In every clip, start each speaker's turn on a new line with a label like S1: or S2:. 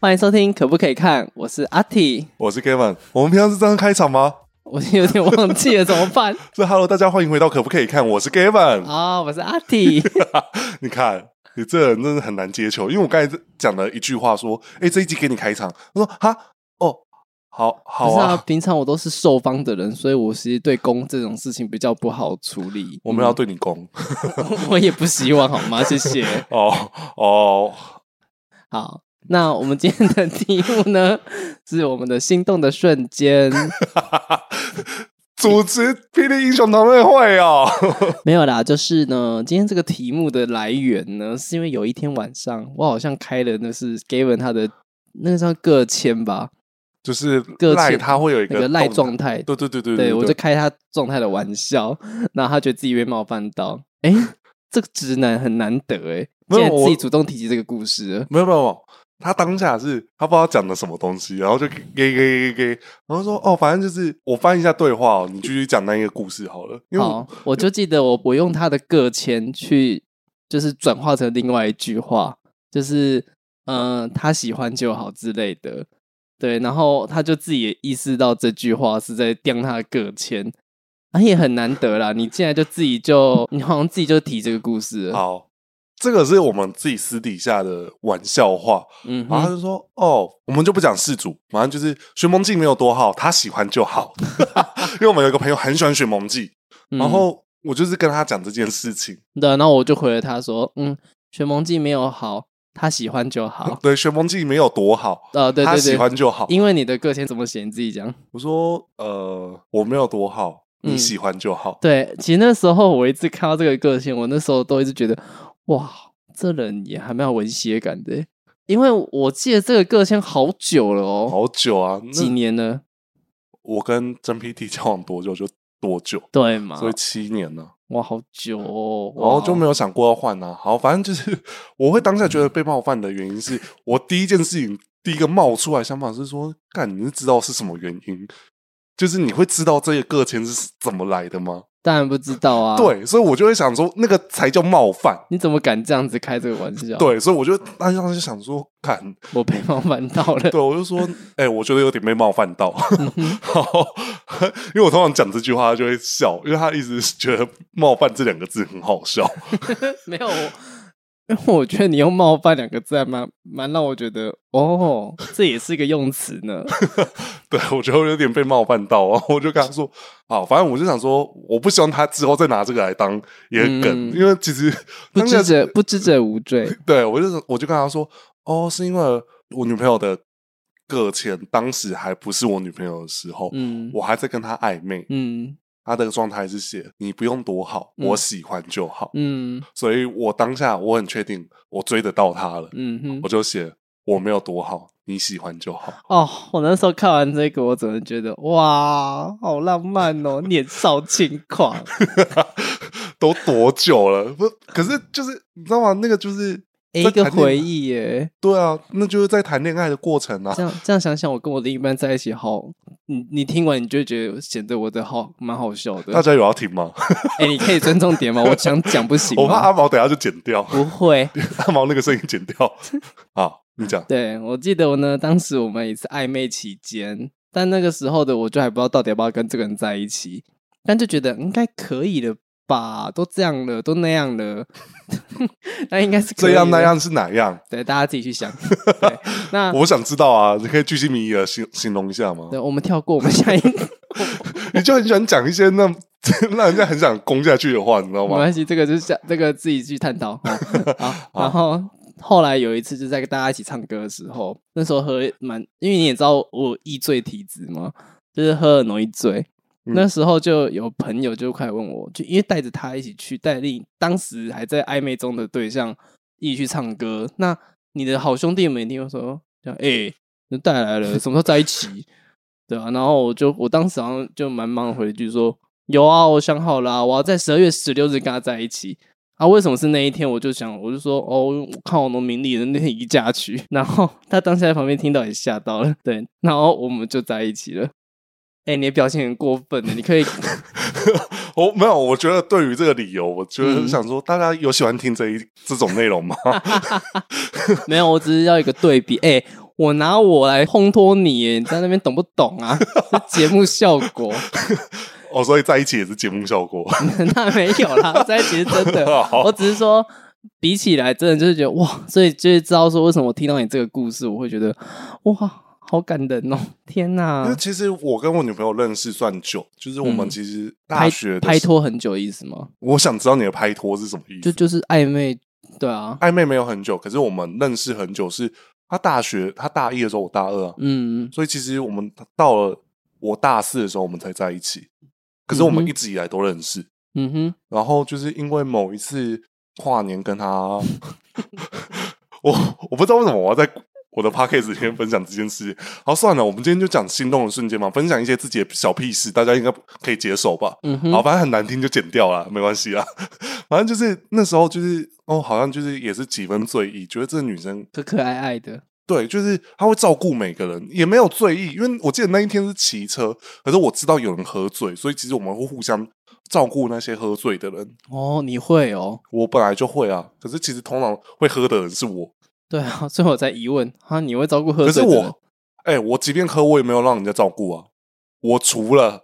S1: 欢迎收听，可不可以看？我是阿 T，
S2: 我是 Kevin。我们平常是这样开场吗？
S1: 我有点忘记了，怎么办？
S2: 是 Hello，大家欢迎回到可不可以看？我是 Kevin。
S1: 啊、我是阿 T，
S2: 你看，你这人真的很难接球，因为我刚才讲了一句话说，哎、这一集给你开场。我说哈，哦，好好
S1: 不是啊，
S2: 啊，
S1: 平常我都是受方的人，所以我其实对攻这种事情比较不好处理。
S2: 我们要对你攻。
S1: 嗯 我也不希望，好 吗？谢谢。
S2: 哦哦，
S1: 好，那我们今天的题目呢， 是我们的心动的瞬 间。
S2: 主持《霹雳英雄堂》内会哦。
S1: 没有啦，就是呢，今天这个题目的来源呢，是因为有一天晚上，我好像开了那是 Gavin 他的那个叫个签吧，
S2: 就是
S1: 各
S2: 赖
S1: 自
S2: 他会有一
S1: 那个
S2: 个
S1: 赖
S2: 动
S1: 状态，
S2: 对对对对
S1: 对
S2: 对，
S1: 我就开他状态的玩笑，然后他觉得自己被冒犯到，哎、这个直男很难得哎、欸，
S2: 没
S1: 竟
S2: 有
S1: 然自
S2: 我
S1: 己主动提及这个故事了，
S2: 没有没有没有，他当下是他不知道讲的什么东西，然后就给给给给，然后说哦，反正就是我翻一下对话哦，你继续讲那一个故事好了，因为我
S1: 好，我就记得我我用他的个签去，就是转化成另外一句话，就是嗯、呃他喜欢就好之类的，对，然后他就自己也意识到这句话是在掉他的个签。啊，也很难得啦！你竟然就自己就，你好像自己就提这个故事了。
S2: 好，这个是我们自己私底下的玩笑话，
S1: 嗯
S2: 然
S1: 哼，
S2: 后他就说哦，我们就不讲事主，反正就是寻梦记没有多好，他喜欢就好， 因为我们有一个朋友很喜欢寻梦记，然
S1: 嗯
S2: 后我就是跟他讲这件事情，。
S1: 对，然后我就回了他说，嗯，玄蒙记没有好，他喜欢就好
S2: 对，寻梦记没有多好，
S1: 呃，对
S2: 嗯他
S1: 对
S2: 喜
S1: 对，
S2: 欢就好，
S1: 因为你的个性怎么写，你自己讲。
S2: 我说呃，我没有多好，你
S1: 嗯
S2: 喜欢就好。
S1: 对，其实那时候我一直看到这个个性，我那时候都一直觉得，哇，这人也还蛮有文学感的耶，因为我记得这个个性好久了哦，
S2: 好久啊，
S1: 几
S2: 那
S1: 年了，
S2: 我跟真 PT 交往多久就多久，
S1: 对嘛？
S2: 所以七年呢、
S1: 哇，好久哦，
S2: 然后就没
S1: 有
S2: 有想过要换啊。好，反正就是我会当下觉得被冒犯的原因是我第一件事情第一个冒出来想法是说，干你是知道是什么原因？就是你会知道这个个签是怎么来的吗？
S1: 当然不知道啊。，
S2: 对，所以我就会想说，那个才叫冒犯。
S1: 你怎么敢这样子开这个玩笑？，
S2: 对，所以我就当时就想说，干，
S1: 我被冒犯到了。
S2: 对我就说，哎、我觉得有点被冒犯到。然后，因为我通常讲这句话，他就会笑，因为他一直觉得“冒犯”这两个字很好笑。
S1: 没有我，因为 我觉得你用“冒犯”两个字还蛮蛮让我觉得哦，这也是一个用词 呢。
S2: 对我觉得我有点被冒犯到，然后我就跟他说：“好，反正我就想说，我不希望他之后再拿这个来当一个梗，
S1: 嗯
S2: 因为其实
S1: 不
S2: 当下
S1: 知者不知者无 罪。
S2: 对我就是我就跟他说，哦，是因为我女朋友的个钱，当时还不是我女朋友的时候，
S1: 嗯
S2: 我还在跟她暧昧，
S1: 嗯
S2: 她的状态是写你不用多好，
S1: 嗯
S2: 我喜欢就好。”
S1: 嗯
S2: 所以我当下我很确定我追得到他了，
S1: 嗯哼
S2: 我，就写我没有多好，你喜欢就好。
S1: 哦，我那时候看完这个，我真的觉得哇，好浪漫哦，年少轻 狂。
S2: 都多久了？不，可是就是你知道吗？那个就是
S1: 诶
S2: 在
S1: 一个
S2: 谈恋爱
S1: 回，忆耶，
S2: 对啊，那就是在谈恋爱的过程啊
S1: 这。样这样想想，我跟我另一半在一起好，你你听完你就会觉得显得我的好蛮好笑
S2: 大
S1: 的。
S2: 家有要听吗？
S1: 哎、你可以尊重点吗？我想讲不行
S2: 我怕
S1: 吗？
S2: 阿毛等下就剪掉，
S1: 不会，
S2: 阿毛那个声音 剪掉。好，你讲。
S1: 对，我记得我呢，当时我们也是暧昧期间，但那个时候的我就还不知道到底要不要跟这个人在一起，但就觉得应该可以了吧，都这样了，都那样了， 那应该是可
S2: 这
S1: 以啊
S2: 样那
S1: 的，
S2: 样是哪样？
S1: 对，大家自己去想。对，那
S2: 我想知道啊！你可以具体名义的形形容一下吗
S1: 嗯对，？我们跳过，我们下一个，
S2: 你就很喜欢讲一些那 让人家很想攻下去的话，你知道
S1: 没
S2: 吗？
S1: 关系，这个就是下这个自己去探讨。 好，好然后后来有一次就在跟大家一起唱歌的时候，那时候喝蛮，因为你也知道我易醉体质嘛，就是喝很容易醉。
S2: 嗯
S1: 那时候就有朋友就快问我，就因为带着他一起去，带另当时还在暧昧中的对象一起去唱歌，那你的好兄弟们一定会说，这样哎，你带来了，什么时候在一起？ 对啊，然后我就我当时好像就蛮忙地回了一句说，有啊，我想好了啊、我要在十二月十六日跟他在一起。啊，为什么是那一天？我就想，我就说，哦，我看我农民历的那天宜家去， 然后他当时在旁边听到也吓到了，对，然后我们就在一起了。哎、你的表情很过分的，欸你可以
S2: 我没有，我觉得对于这个理由，我觉得
S1: 嗯
S2: 想说，大家有喜欢听这一这种内容吗？
S1: 没有，我只是要一个对比。哎、我拿我来烘托你耶，你在那边懂不懂啊？ 这节目效果
S2: 哦，所以在一起也是节目效果。
S1: 那没有啦，在一起是真 的
S2: 好。
S1: 啊我只是说，比起来，真的就是觉得哇，所以就是知道说，为什么我听到你这个故事，我会觉得哇，好感人哦！ 天
S2: 因为
S1: 哪，
S2: 其实我跟我女朋友认识算久，就是我们
S1: 嗯
S2: 其实大
S1: 拍
S2: 学的
S1: 拍
S2: 时
S1: 拖很久的意思吗？
S2: 我想知道你的拍拖是什么意
S1: 就
S2: 思？
S1: 就是暧昧，对啊，
S2: 暧昧没有很久，可是我们认识很久，是他大学，他大一的时候，我大二啊，
S1: 嗯，
S2: 所以其实我们到了我大四的时候，我们才在一起。可是我
S1: 嗯
S2: 们
S1: 哼
S2: 一直以来都认识，
S1: 嗯哼，
S2: 然后就是因为某一次跨年跟他，我我不知道为什么我要在我的 podcast 里面分享这件事。好，算了，我们今天就讲心动的瞬间嘛，分享一些自己的小屁事，大家应该可以接受吧？
S1: 嗯哼
S2: 好，，反正很难听就剪掉啦，没关系啊。反正就是那时候就是哦，好像就是也是几分醉意，觉得这个女生
S1: 可可爱爱的，
S2: 对，就是她会照顾每个人，也没有醉意，因为我记得那一天是骑车，可是我知道有人喝醉，所以其实我们会互相照顾那些喝醉的人。
S1: 哦，你会哦，
S2: 我本来就会啊，可是其实通常会喝的人是我，
S1: 对啊，所以我才疑问啊，你会照顾喝
S2: 可是
S1: 醉的人？
S2: 我，哎、我即便喝，我也没有让人家照顾啊。我除了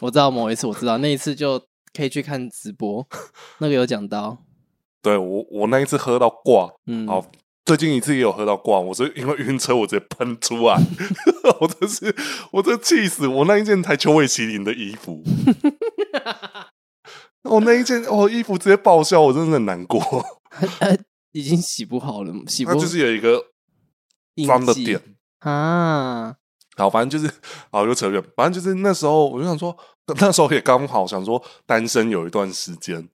S1: 我知道某一次，我知道那一次就可以去看直 播，那个有讲到，
S2: 对我，我那一次喝到挂，
S1: 嗯，
S2: 好，最近一次也有喝到挂，我是因为晕车，我直接喷出来， 我真是，我真气死！我那一件才秋味麒麟的衣 服，我那一件哦衣服直接报销，我真的很难过。
S1: 已经洗不好了，洗不
S2: 它就是有一个
S1: 印
S2: 脏的
S1: 记
S2: 点，
S1: 啊，
S2: 好，反正就是，好又扯远。反正就是那时候，我就想说，那时候也刚好想说单身有一段时间，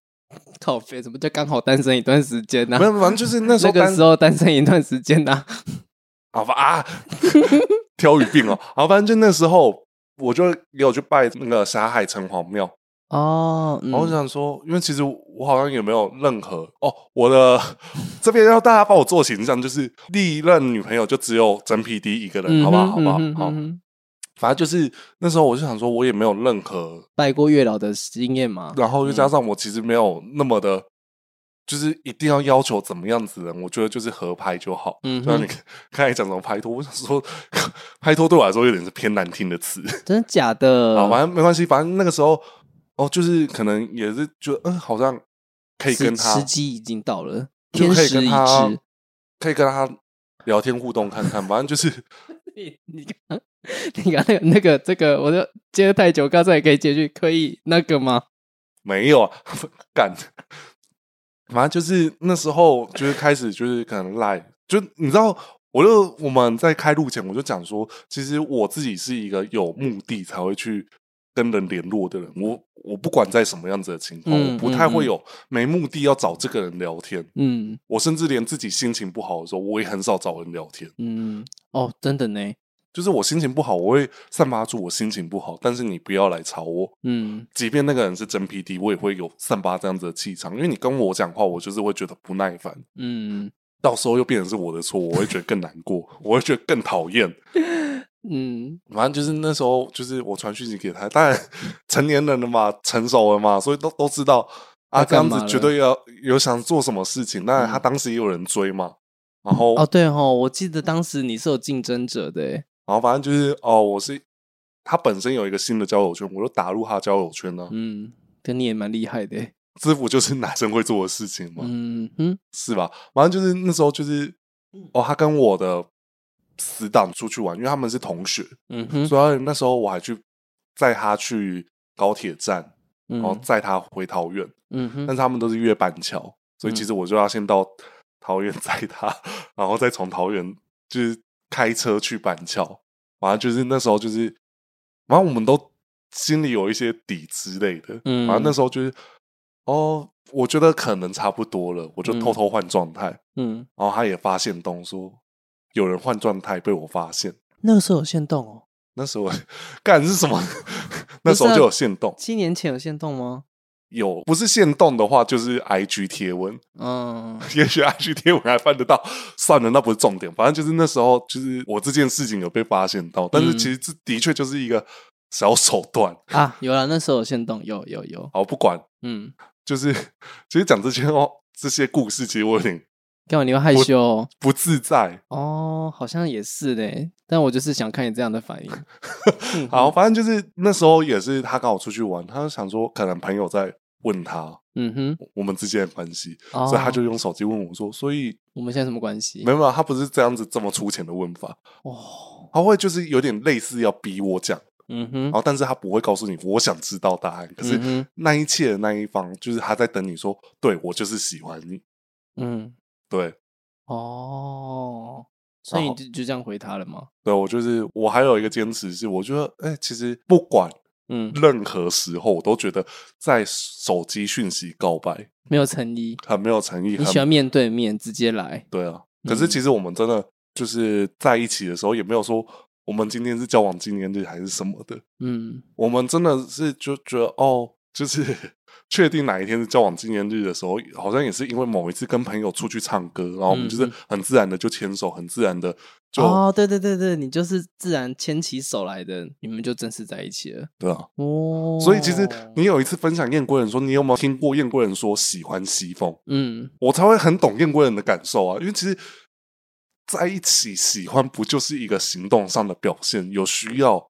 S1: 靠飞，怎么就刚好单身一段时间呢、
S2: 没有，反正就是那时
S1: 那
S2: 候
S1: 个
S2: 单
S1: 时候单身一段时间呐、
S2: 好吧啊， 挑语病哦。好，反正就那时候，我就也有去拜那个霞海城隍庙。
S1: 哦，嗯
S2: 然后我就想说，因为其实我好像也没有任何哦，我的这边要大家帮我做形象，就是历任女朋友就只有真 PD 一个人，
S1: 嗯
S2: 好不好？
S1: 哼
S2: 好不好？
S1: 嗯哼
S2: 好
S1: 嗯，哼
S2: 反正就是那时候我就想说，我也没有任何
S1: 拜过月老的经验嘛，
S2: 然后又
S1: 嗯
S2: 加上我其实没有那么的，就是一定要要求怎么样子的人，我觉得就是合拍就好。
S1: 嗯
S2: 就像
S1: 哼
S2: 啊你 刚才讲什么拍拖，我想说拍拖对我来说有点是偏难听的词。
S1: 真的假的？
S2: 好，反正没关系，反正那个时候哦，就是可能也是觉得嗯，好像可以
S1: 时
S2: 跟他
S1: 时机已经到了，
S2: 就
S1: 天
S2: 可以
S1: 时
S2: 跟
S1: 已
S2: 他
S1: 至。
S2: 可以跟他聊天互动看看，反正就是
S1: 你你刚 你刚那个那个这个，我就接得太久，刚才也可以接去，可以那个吗？
S2: 没有啊，干，反正就是那时候就是开始就是可能赖，就你知道，我就我们在开录前我就讲说，其实我自己是一个有目的才会去跟人联络的人，我我不管在什么样子的情况，
S1: 嗯
S2: 我不太
S1: 嗯
S2: 会
S1: 嗯
S2: 有没目的要找这个人聊天，
S1: 嗯
S2: 我甚至连自己心情不好的时候，我也很少找人聊天。
S1: 嗯，哦，真的呢，
S2: 就是我心情不好，我会散发出我心情不好，但是你不要来吵我。
S1: 嗯
S2: 即便那个人是真 PD，我也会有散发这样子的气场，因为你跟我讲话，我就是会觉得不耐烦，
S1: 嗯
S2: 到时候又变成是我的错，我会觉得更难过， 我会觉得更讨厌。
S1: 嗯，
S2: 反正就是那时候，就是我传讯息给他，当然成年人了嘛， 成熟了嘛，所以都都知道啊，
S1: 要
S2: 这
S1: 干
S2: 样
S1: 嘛嗯
S2: 子绝对要有想做什么事情。那他当时也有人追嘛，然后、
S1: 哦对哦，我记得当时你是有竞争者的欸，
S2: 然后反正就是哦，我是他本身有一个新的交友圈，我就打入他交友圈呢、啊。
S1: 嗯，跟你也蛮厉害的欸，
S2: 支付就是男生会做的事情嘛。
S1: 嗯哼，
S2: 是吧？反正就是那时候就是，
S1: 嗯
S2: 哦，他跟我的死党出去玩，因为他们是同学，
S1: 嗯哼，
S2: 所以那时候我还去载他去高铁站，然后
S1: 嗯
S2: 载他回桃园，
S1: 嗯
S2: 但是
S1: 哼，
S2: 他们都是越板桥，所以其实我就要先到桃园载他，然后再从桃园就是开车去板桥。反正就是那时候就是，反正我们都心里有一些底之类的。
S1: 嗯
S2: 反正那时候就是，哦，我觉得可能差不多了，我就
S1: 嗯
S2: 偷偷换状态。
S1: 嗯，
S2: 然后他也发现东说，有人换状态被我发现。
S1: 那个时候有限动哦，
S2: 那时候 干是什么？ 那
S1: 啊
S2: 时候就有限动，
S1: 七年前有限动吗？
S2: 有不是限动的话，就是 I G 贴文，
S1: 嗯，
S2: 也许 I G 贴文还翻得到。算了，那不是重点，反正就是那时候，就是我这件事情有被发现到，但是
S1: 嗯
S2: 其实这的确就是一个小手段。
S1: 啊，有了，那时候有限动，有有有，
S2: 好，不管，
S1: 嗯，
S2: 就是其实讲这些哦，这些故事，其实我有点
S1: 干嘛你会害
S2: 我
S1: 羞哦？
S2: 不自在。
S1: 哦，好像也是嘞，但我就是想看你这样的反 应。嗯
S2: 好，，反正就是那时候也是他刚好出去玩，他就想说可能朋友在问他
S1: 嗯哼，
S2: 我们之间的关系，
S1: 哦
S2: 所以他就用手机问我说，所以
S1: 我们现在什么关系
S2: 没？有没有，他不是这样子这么粗浅的问法，
S1: 哦，
S2: 他会就是有点类似要逼我讲，
S1: 嗯哼
S2: 然，后但是他不会告诉你我想知道答案，可是
S1: 嗯哼
S2: 那一切的那一方就是他在等你说，对我就是喜欢你，
S1: 嗯，
S2: 对。
S1: 哦，所以
S2: 然
S1: 你
S2: 后
S1: 就就这样回他了吗？
S2: 对，我就是我还有一个坚持是，我觉得，哎、其实不管
S1: 嗯，
S2: 任何时候，我都觉得在手机讯息告白
S1: 没有诚意，
S2: 很没有诚意，
S1: 你喜欢
S2: 很
S1: 面对面直接来，
S2: 对啊。
S1: 嗯
S2: 可是其实我们真的就是在一起的时候，也没有说我们今天是交往纪念日还是什么的，
S1: 嗯
S2: 我们真的是就觉得哦，就是 确定哪一天是交往纪念日的时候，好像也是因为某一次跟朋友出去唱歌，然后我们就是
S1: 嗯
S2: 很自然的就牵手，很自然的就、
S1: 哦，对对对对，你就是自然牵起手来的，你们就正式在一起了。
S2: 对啊。
S1: 哦，
S2: 所以其实你有一次分享燕归人说，你有没有听过燕归人说喜欢西风？
S1: 嗯，
S2: 我才会很懂燕归人的感受啊，因为其实在一起喜欢不就是一个行动上的表现，有需要，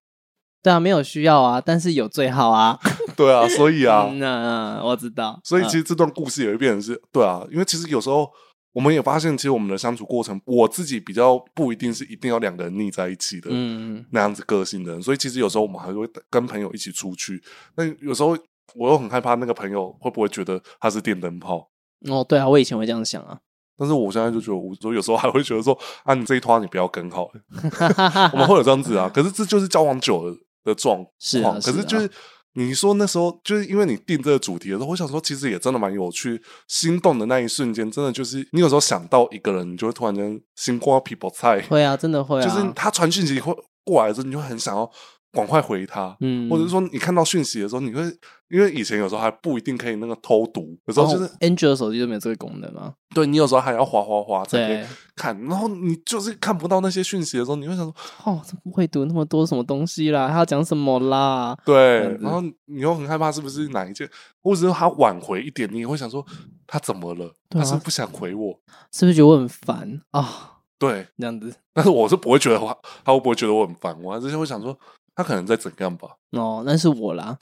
S1: 对啊，没有需要啊，但是有最好啊。
S2: 对啊，所以 啊，
S1: 嗯嗯，嗯我知道。
S2: 所以
S1: 嗯
S2: 其实这段故事也会变成是，对啊，因为其实有时候我们也发现，其实我们的相处过程，我自己比较不一定是一定要两个人腻在一起的，
S1: 嗯，
S2: 那样子个性的人，所以其实有时候我们还会跟朋友一起出去，那有时候我又很害怕那个朋友会不会觉得他是电灯泡。
S1: 嗯哦，对啊，我以前会这样想啊。
S2: 但是我现在就觉得，我说有时候还会觉得说，啊，你这一拖你不要跟好了， 我们会有这样子啊。可是这就是交往久了的状况。
S1: 是啊是
S2: 可是就
S1: 啊
S2: 是你说那时候，就是因为你定这个主题的时候，我想说，其实也真的蛮有趣。心动的那一瞬间，真的就是你有时候想到一个人，你就会突然间心瓜皮薄菜，
S1: 会啊，真的会啊。
S2: 就是他传讯息会过来的时候，你就很想要赶快回他。
S1: 嗯，
S2: 或者是说，你看到讯息的时候，你会因为以前有时候还不一定可以那个偷读，有时候就是、
S1: Android 哦手机就没有这个功能嘛？
S2: 对你有时候还要划划划才可以
S1: 对，
S2: 看，然后你就是看不到那些讯息的时候，你会想说，
S1: 哦，这不会读那么多什么东西啦，他要讲什么啦？
S2: 对
S1: 样，子
S2: 然后你又很害怕是不是哪一件，或者是他挽回一点，你也会想说他怎么了？
S1: 对啊
S2: 他是不是不想回我？
S1: 是不是觉得我很烦啊？
S2: 对，
S1: 这样子
S2: 但是我是不会觉得他他会不会觉得我很烦，我还是会想说他可能在怎样吧？
S1: 哦，那是我啦。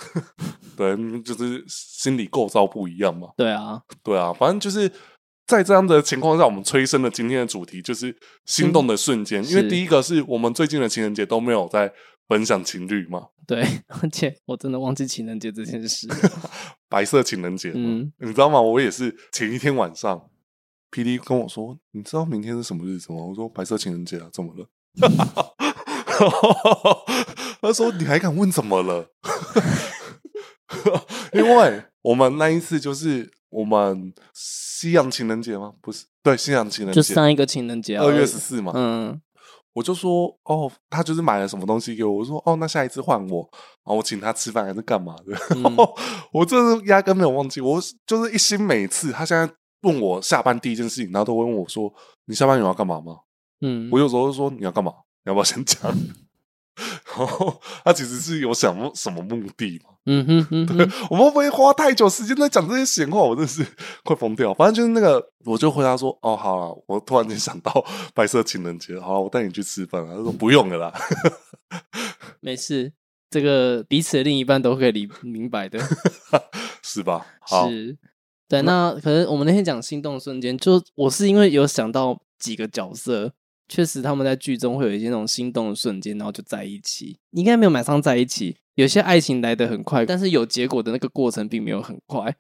S2: 对，就是心理构造不一样嘛。
S1: 对啊，
S2: 对啊，反正就是在这样的情况下，我们催生了今天的主题，就是心动的瞬间。因
S1: 嗯
S2: 为
S1: 是
S2: 第一个是我们最近的情人节都没有在分享情侣嘛，
S1: 对， 而且我真的忘记情人节这件 事了。
S2: 白色情人节嘛，
S1: 嗯
S2: 你知道吗？我也是前一天晚上，P D 跟我说，你知道明天是什么日子吗？我说白色情人节啊，怎么了？ 他说你还敢问怎么了？ 因为我们那一次就是我们西洋情人节吗？不是，对，西洋情人
S1: 就
S2: 节。
S1: 上一个情人节啊，
S2: 二月十四嘛，
S1: 嗯，
S2: 我就说哦，他就是买了什么东西给我，我说哦，那下一次换我，然后我请他吃饭还是干嘛的，然
S1: 嗯
S2: 后我真的是压根没有忘记，我就是一心每次他现在问我下班第一件事情，然后都会问我说你下班有要干嘛吗？
S1: 嗯，
S2: 我有时候就说你要干嘛，你要不要先讲？ 然后他其实是有想什么目的嘛？
S1: 嗯哼嗯哼，
S2: 我们会不会花太久时间在讲这些闲话？我真的是 快疯掉。反正就是那个，我就回答说：“哦，好了，我突然间想到白色情人节，好啦我带你去吃饭啊。”他说：“不用了啦。
S1: 没事，这个彼此的另一半都可以理明白 的。”
S2: 是吧？好，
S1: 是，对。那可能我们那天讲心动瞬间，就我是因为有想到几个角色，确实他们在剧中会有一些那种心动的瞬间，然后就在一起。你应该没有马上在一起，有些爱情来得很快，但是有结果的那个过程并没有很快，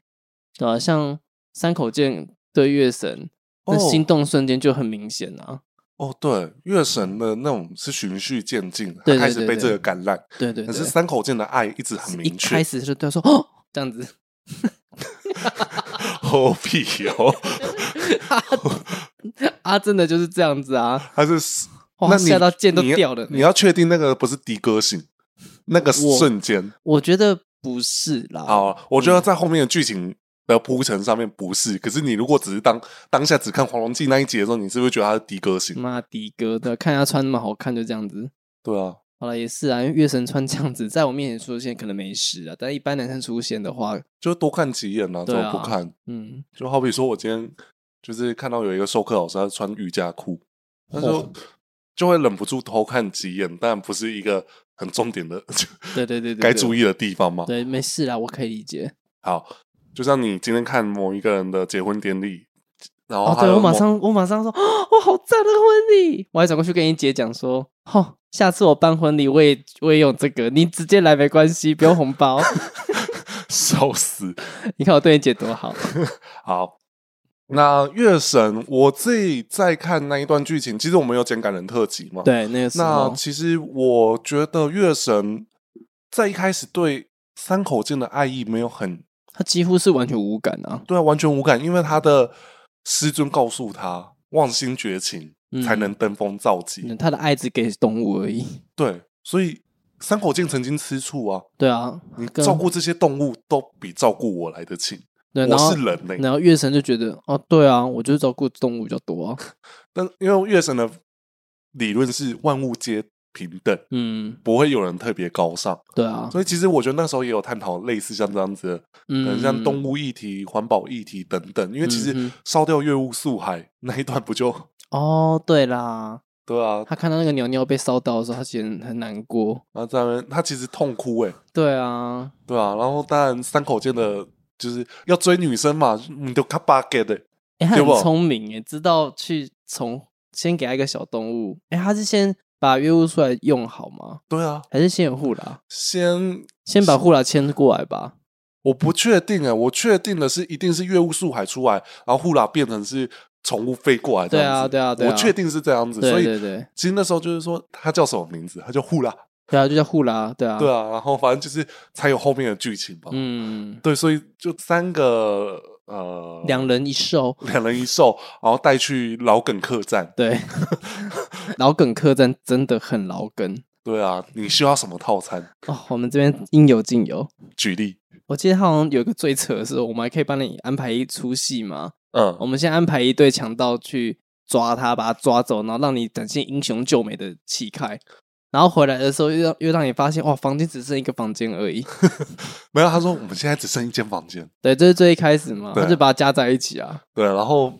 S1: 对啊，像三口剑对月神，那
S2: 哦
S1: 心动瞬间就很明显啊。
S2: 哦，对，月神的那种是循序渐进的，
S1: 对
S2: 他
S1: 对
S2: 开始
S1: 对
S2: 被
S1: 对
S2: 这个感染。
S1: 对对
S2: 可
S1: 对
S2: 是，三口剑的爱一直很
S1: 一
S2: 明
S1: 开
S2: 确，
S1: 始就对他说哦这样子，
S2: 好屁 哦，
S1: 啊，真的就是这样子啊，
S2: 他是
S1: 哇
S2: 那你
S1: 吓到剑都
S2: 你要
S1: 掉了呢
S2: 你要确定那个不是的哥型，那个
S1: 我
S2: 瞬间。
S1: 我觉得不是啦。
S2: 好，我觉得在后面的剧情的铺陈上面不是，可是你如果只是当当下只看黄龙记那一集的时候，你是不是觉得他是的哥型？
S1: 妈的哥的，看他穿那么好看，就这样子。
S2: 对啊，
S1: 好了，也是啊，因为月神穿这样子，在我面前出现可能没事啊，但一般男生出现的话，
S2: 就多看几眼啊，怎
S1: 对啊
S2: 么不看？
S1: 嗯，
S2: 就好比说我今天就是看到有一个授课老师，他穿瑜伽裤，他说
S1: 哦
S2: 就会忍不住偷看几眼，但不是一个很重点的
S1: 对对对对，
S2: 该注
S1: 意。
S2: 意的地方嘛。
S1: 对，没事啦，我可以理解。
S2: 好，就像你今天看某一个人的结婚典礼，然后
S1: 哦，
S2: 他
S1: 对
S2: 有
S1: 我马
S2: 某
S1: 上我马上说，哦，我好赞的婚礼！我还转过去跟你姐讲说，哦，下次我办婚礼我也我也用这个，你直接来没关系，不用红包。
S2: 笑死。
S1: 你看我对你姐多 好。
S2: 好，那月神，我自己在看那一段剧情，其实我们有剪感人特辑嘛，
S1: 对，那个时
S2: 那
S1: 候，
S2: 其实我觉得月神在一开始对三口剑的爱意没有很
S1: 她几乎是完全无感啊。
S2: 对啊，完全无感，因为他的师尊告诉他，忘心绝情
S1: 嗯
S2: 才能登峰造极。
S1: 嗯她的爱只给动物而已。
S2: 对，所以三口剑曾经吃醋啊，
S1: 对啊，
S2: 你
S1: 跟
S2: 照顾这些动物都比照顾我来得亲，
S1: 对，
S2: 我
S1: 然后
S2: 是人类、
S1: 然后月神就觉得，哦，对啊，我就是照顾动物比较多啊。
S2: 但因为月神的理论是万物皆平等，
S1: 嗯，
S2: 不会有人特别高尚，
S1: 对啊，
S2: 所以其实我觉得那时候也有探讨类似像这样子的可能
S1: 嗯，
S2: 像动物议题、环保议题等等。因为
S1: 嗯
S2: 其实
S1: 嗯
S2: 烧掉月雾素海那一段不就
S1: 哦，对啦，
S2: 对啊？
S1: 他看到那个牛牛被烧到的时候，他其实很难过。
S2: 然后在那边他其实痛哭哎、
S1: 对啊，
S2: 对啊。然后当然三口剑的就是要追女生嘛，你都卡巴给的，
S1: 哎、他
S2: 对不
S1: 很聪明哎，知道去从先给他一个小动物。哎、他是先把约物出来用好吗？
S2: 对啊。
S1: 还是先有护栏？
S2: 先
S1: 先把护栏牵过来吧。
S2: 我不确定哎、我确定的是一定是月雾素海出来，然后呼啦变成是宠物飞过来这样子。
S1: 对啊对啊对啊
S2: 我确定是这样子，
S1: 对
S2: 所以
S1: 对对
S2: 其实那时候就是说他叫什么名字，他叫呼啦，
S1: 对啊，就叫护栏。对啊，
S2: 对啊，然后反正就是才有后面的剧情吧。
S1: 嗯，
S2: 对，所以就三个呃
S1: 两人一兽。
S2: 两人一兽，然后带去老梗客栈。
S1: 对， 老梗客栈真的很老梗
S2: 对啊，你需要什么套餐？
S1: 哦。我们这边应有尽有。
S2: 举例，
S1: 我记得他好像有一个最扯的是，我们还可以帮你安排一出戏嘛。我
S2: 嗯，
S1: 们先安排一队强盗去抓他，把他抓走，然后让你展现英雄救美的气概。然后回来的时候，又让又让你发现，哇，房间只剩一个房间而已。
S2: 没有，他说我们现在只剩一间房间。
S1: 对，这是最一开始嘛，
S2: 对
S1: 他就把它加在一起啊。
S2: 对，然后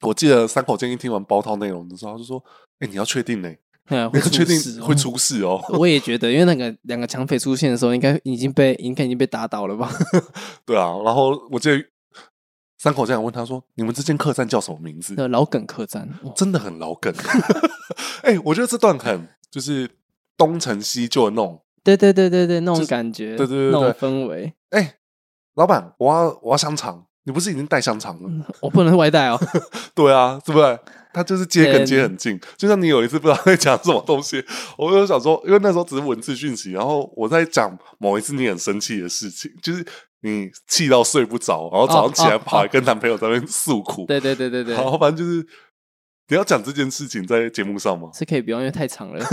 S2: 我记得三口建议听完包套内容的时候，他就说：“哎、你要确定呢、
S1: 嗯，
S2: 你
S1: 会
S2: 要
S1: 出
S2: 确
S1: 事
S2: 定
S1: 哦
S2: 会。出事哦。
S1: 我也觉得，因为那个两个抢匪出现的时候，应该已经被应该已经被打倒了 吧？
S2: 对啊，然后我记得三口这样问他说：“你们这间客栈叫什么名字
S1: 那老梗客栈，哇？”
S2: 真的很老梗。 哎、我觉得这段很就是东成西就的那种。
S1: 对对对对对，那种感觉，
S2: 对对对
S1: 那
S2: 对
S1: 种氛围，
S2: 哎、老板，我要我要香肠，你不是已经带香肠了？
S1: 我不能外带哦。
S2: 对啊，对不对？他就是
S1: 嗯
S2: 接梗接很近，就像你有一次不知道在讲什么东西， 我就想说，因为那时候只是文字讯息，然后我在讲某一次你很生气的事情，就是你气到睡不着，然后早上起来
S1: 哦哦哦
S2: 跑来跟男朋友在那边诉苦，
S1: 对对对对对，
S2: 然后反正就是你要讲这件事情在节目上吗？
S1: 是可以不用，因为太长了。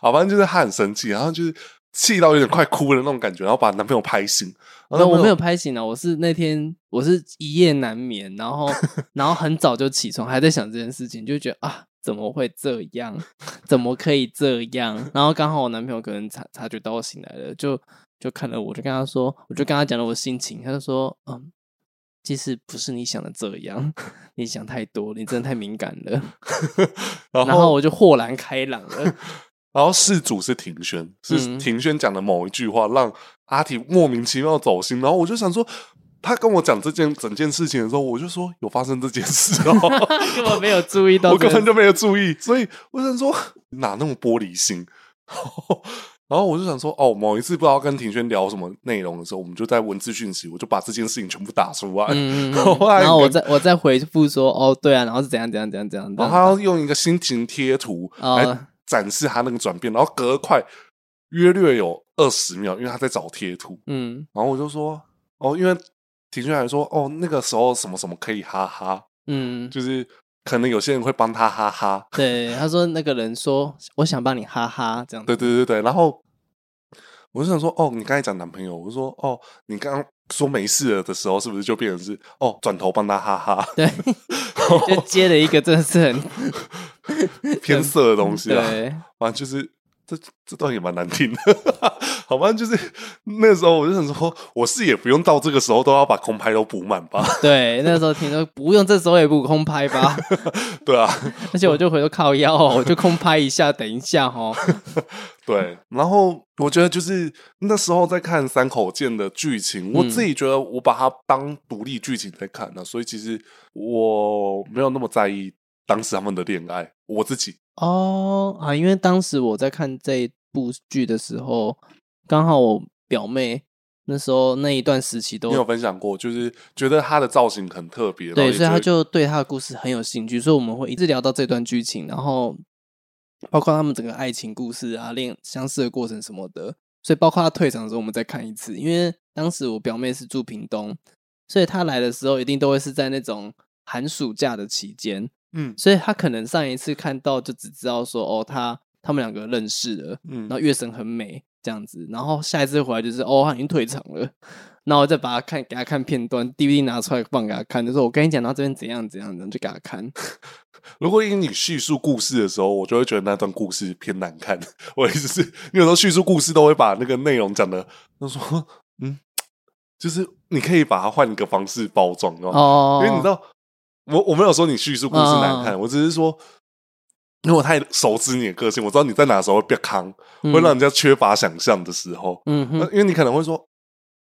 S2: 好，反正就是他很生气，然后就是气到有点快哭的那种感觉，然后把男朋友拍醒，
S1: 那
S2: 然后
S1: 我
S2: 男
S1: 没
S2: 朋友
S1: 有拍醒啊，我是那天我是一夜难眠，然后然后很早就起床，还在想这件事情，就觉得啊，怎么会这样？ 怎么可以这样？然后刚好我男朋友可能察察觉到我醒来了，就就看了我，就跟他说，我就跟他讲了我心情，他就说，嗯，其实不是你想的这样，你想太多，你真的太敏感了。
S2: 然
S1: 然后我就豁然开朗了。
S2: 然后事主是庭轩，是
S1: 嗯
S2: 庭轩讲的某一句话，让阿体莫名其妙走心。然后我就想说，他跟我讲这件整件事情的时候，我就说有发生这件事哦，
S1: 根本没有注意到
S2: 我
S1: 这
S2: 根
S1: 个，
S2: 本就没有注意。所以我想说，哪那么玻璃心？ 然后我就想说，哦，某一次不知道跟庭轩聊什么内容的时候，我们就在文字讯息，我就把这件事情全部打出来。
S1: 嗯，嗯嗯
S2: 后来
S1: 然后
S2: 你
S1: 我
S2: 跟
S1: 再我再回复说，哦，对啊，然后是怎样怎样怎样怎样，
S2: 哦然后他要用一个心情贴图
S1: 哦
S2: 来展示他那个转变，然后隔快约略有二十秒，因为他在找贴图。
S1: 嗯
S2: 然后我就说，哦，因为庭轩还说，哦，那个时候什么什么可以哈哈，
S1: 嗯，
S2: 就是可能有些人会帮他哈哈，
S1: 对，他说那个人说，我想帮你哈哈，这样
S2: 对对对对。然后我就想说，哦，你刚才讲男朋友，我就说，哦，你刚刚说没事了的时候，是不是就变成是，哦，转头帮他哈哈，
S1: 对， 就接了一个真的是很
S2: 偏色的东西啦。啊
S1: 对，
S2: 反正就是这这段也蛮难听的， 好吧？就是那时候我就想说，我是也不用到这个时候都要把空拍都补满吧，
S1: 对，那时候听说不用，这时候也不空拍吧。
S2: 对啊，
S1: 而且我就回头靠腰、哦，我就空拍一下，等一下 哦。
S2: 对。然后我觉得就是那时候在看三口剑的剧情，我
S1: 嗯
S2: 自己觉得我把它当独立剧情在看啊呢、所以其实我没有那么在意当时他们的恋爱，我自己
S1: 哦啊，因为当时我在看这一部剧的时候，刚好我表妹那时候那一段时期都
S2: 你有分享过，就是觉得他的造型很特别，然后
S1: 对，
S2: 也
S1: 所以
S2: 觉
S1: 他
S2: 得
S1: 就对他的故事很有兴趣，所以我们会一直聊到这段剧情，然后包括他们整个爱情故事啊、恋相似的过程什么的。所以包括他退场的时候，我们再看一次，因为当时我表妹是住屏东，所以她来的时候一定都会是在那种寒暑假的期间，
S2: 嗯
S1: 所以她可能上一次看到就只知道说哦，他他们两个认识了，
S2: 嗯
S1: 然后月神很美这样子，然后下一次回来就是哦，他已经退场了，然后我再把他看给他看片段，DVD 拿出来放给他看，就说我跟你讲到这边怎样怎样，然后就给他看。
S2: 如果以你叙述故事的时候，我就会觉得那段故事偏难看。 我的意思是，你有时候叙述故事都会把那个内容讲的，就说嗯，就是你可以把它换一个方式包装哦。
S1: 哦，
S2: 因为你知道，我我没有说你叙述故事难
S1: 嗯
S2: 看，我只是说，因为我太熟知你的个性，我知道你在哪时候会变康，
S1: 嗯
S2: 会让人呃家缺乏想象的时候，
S1: 嗯哼
S2: 那因为你可能会说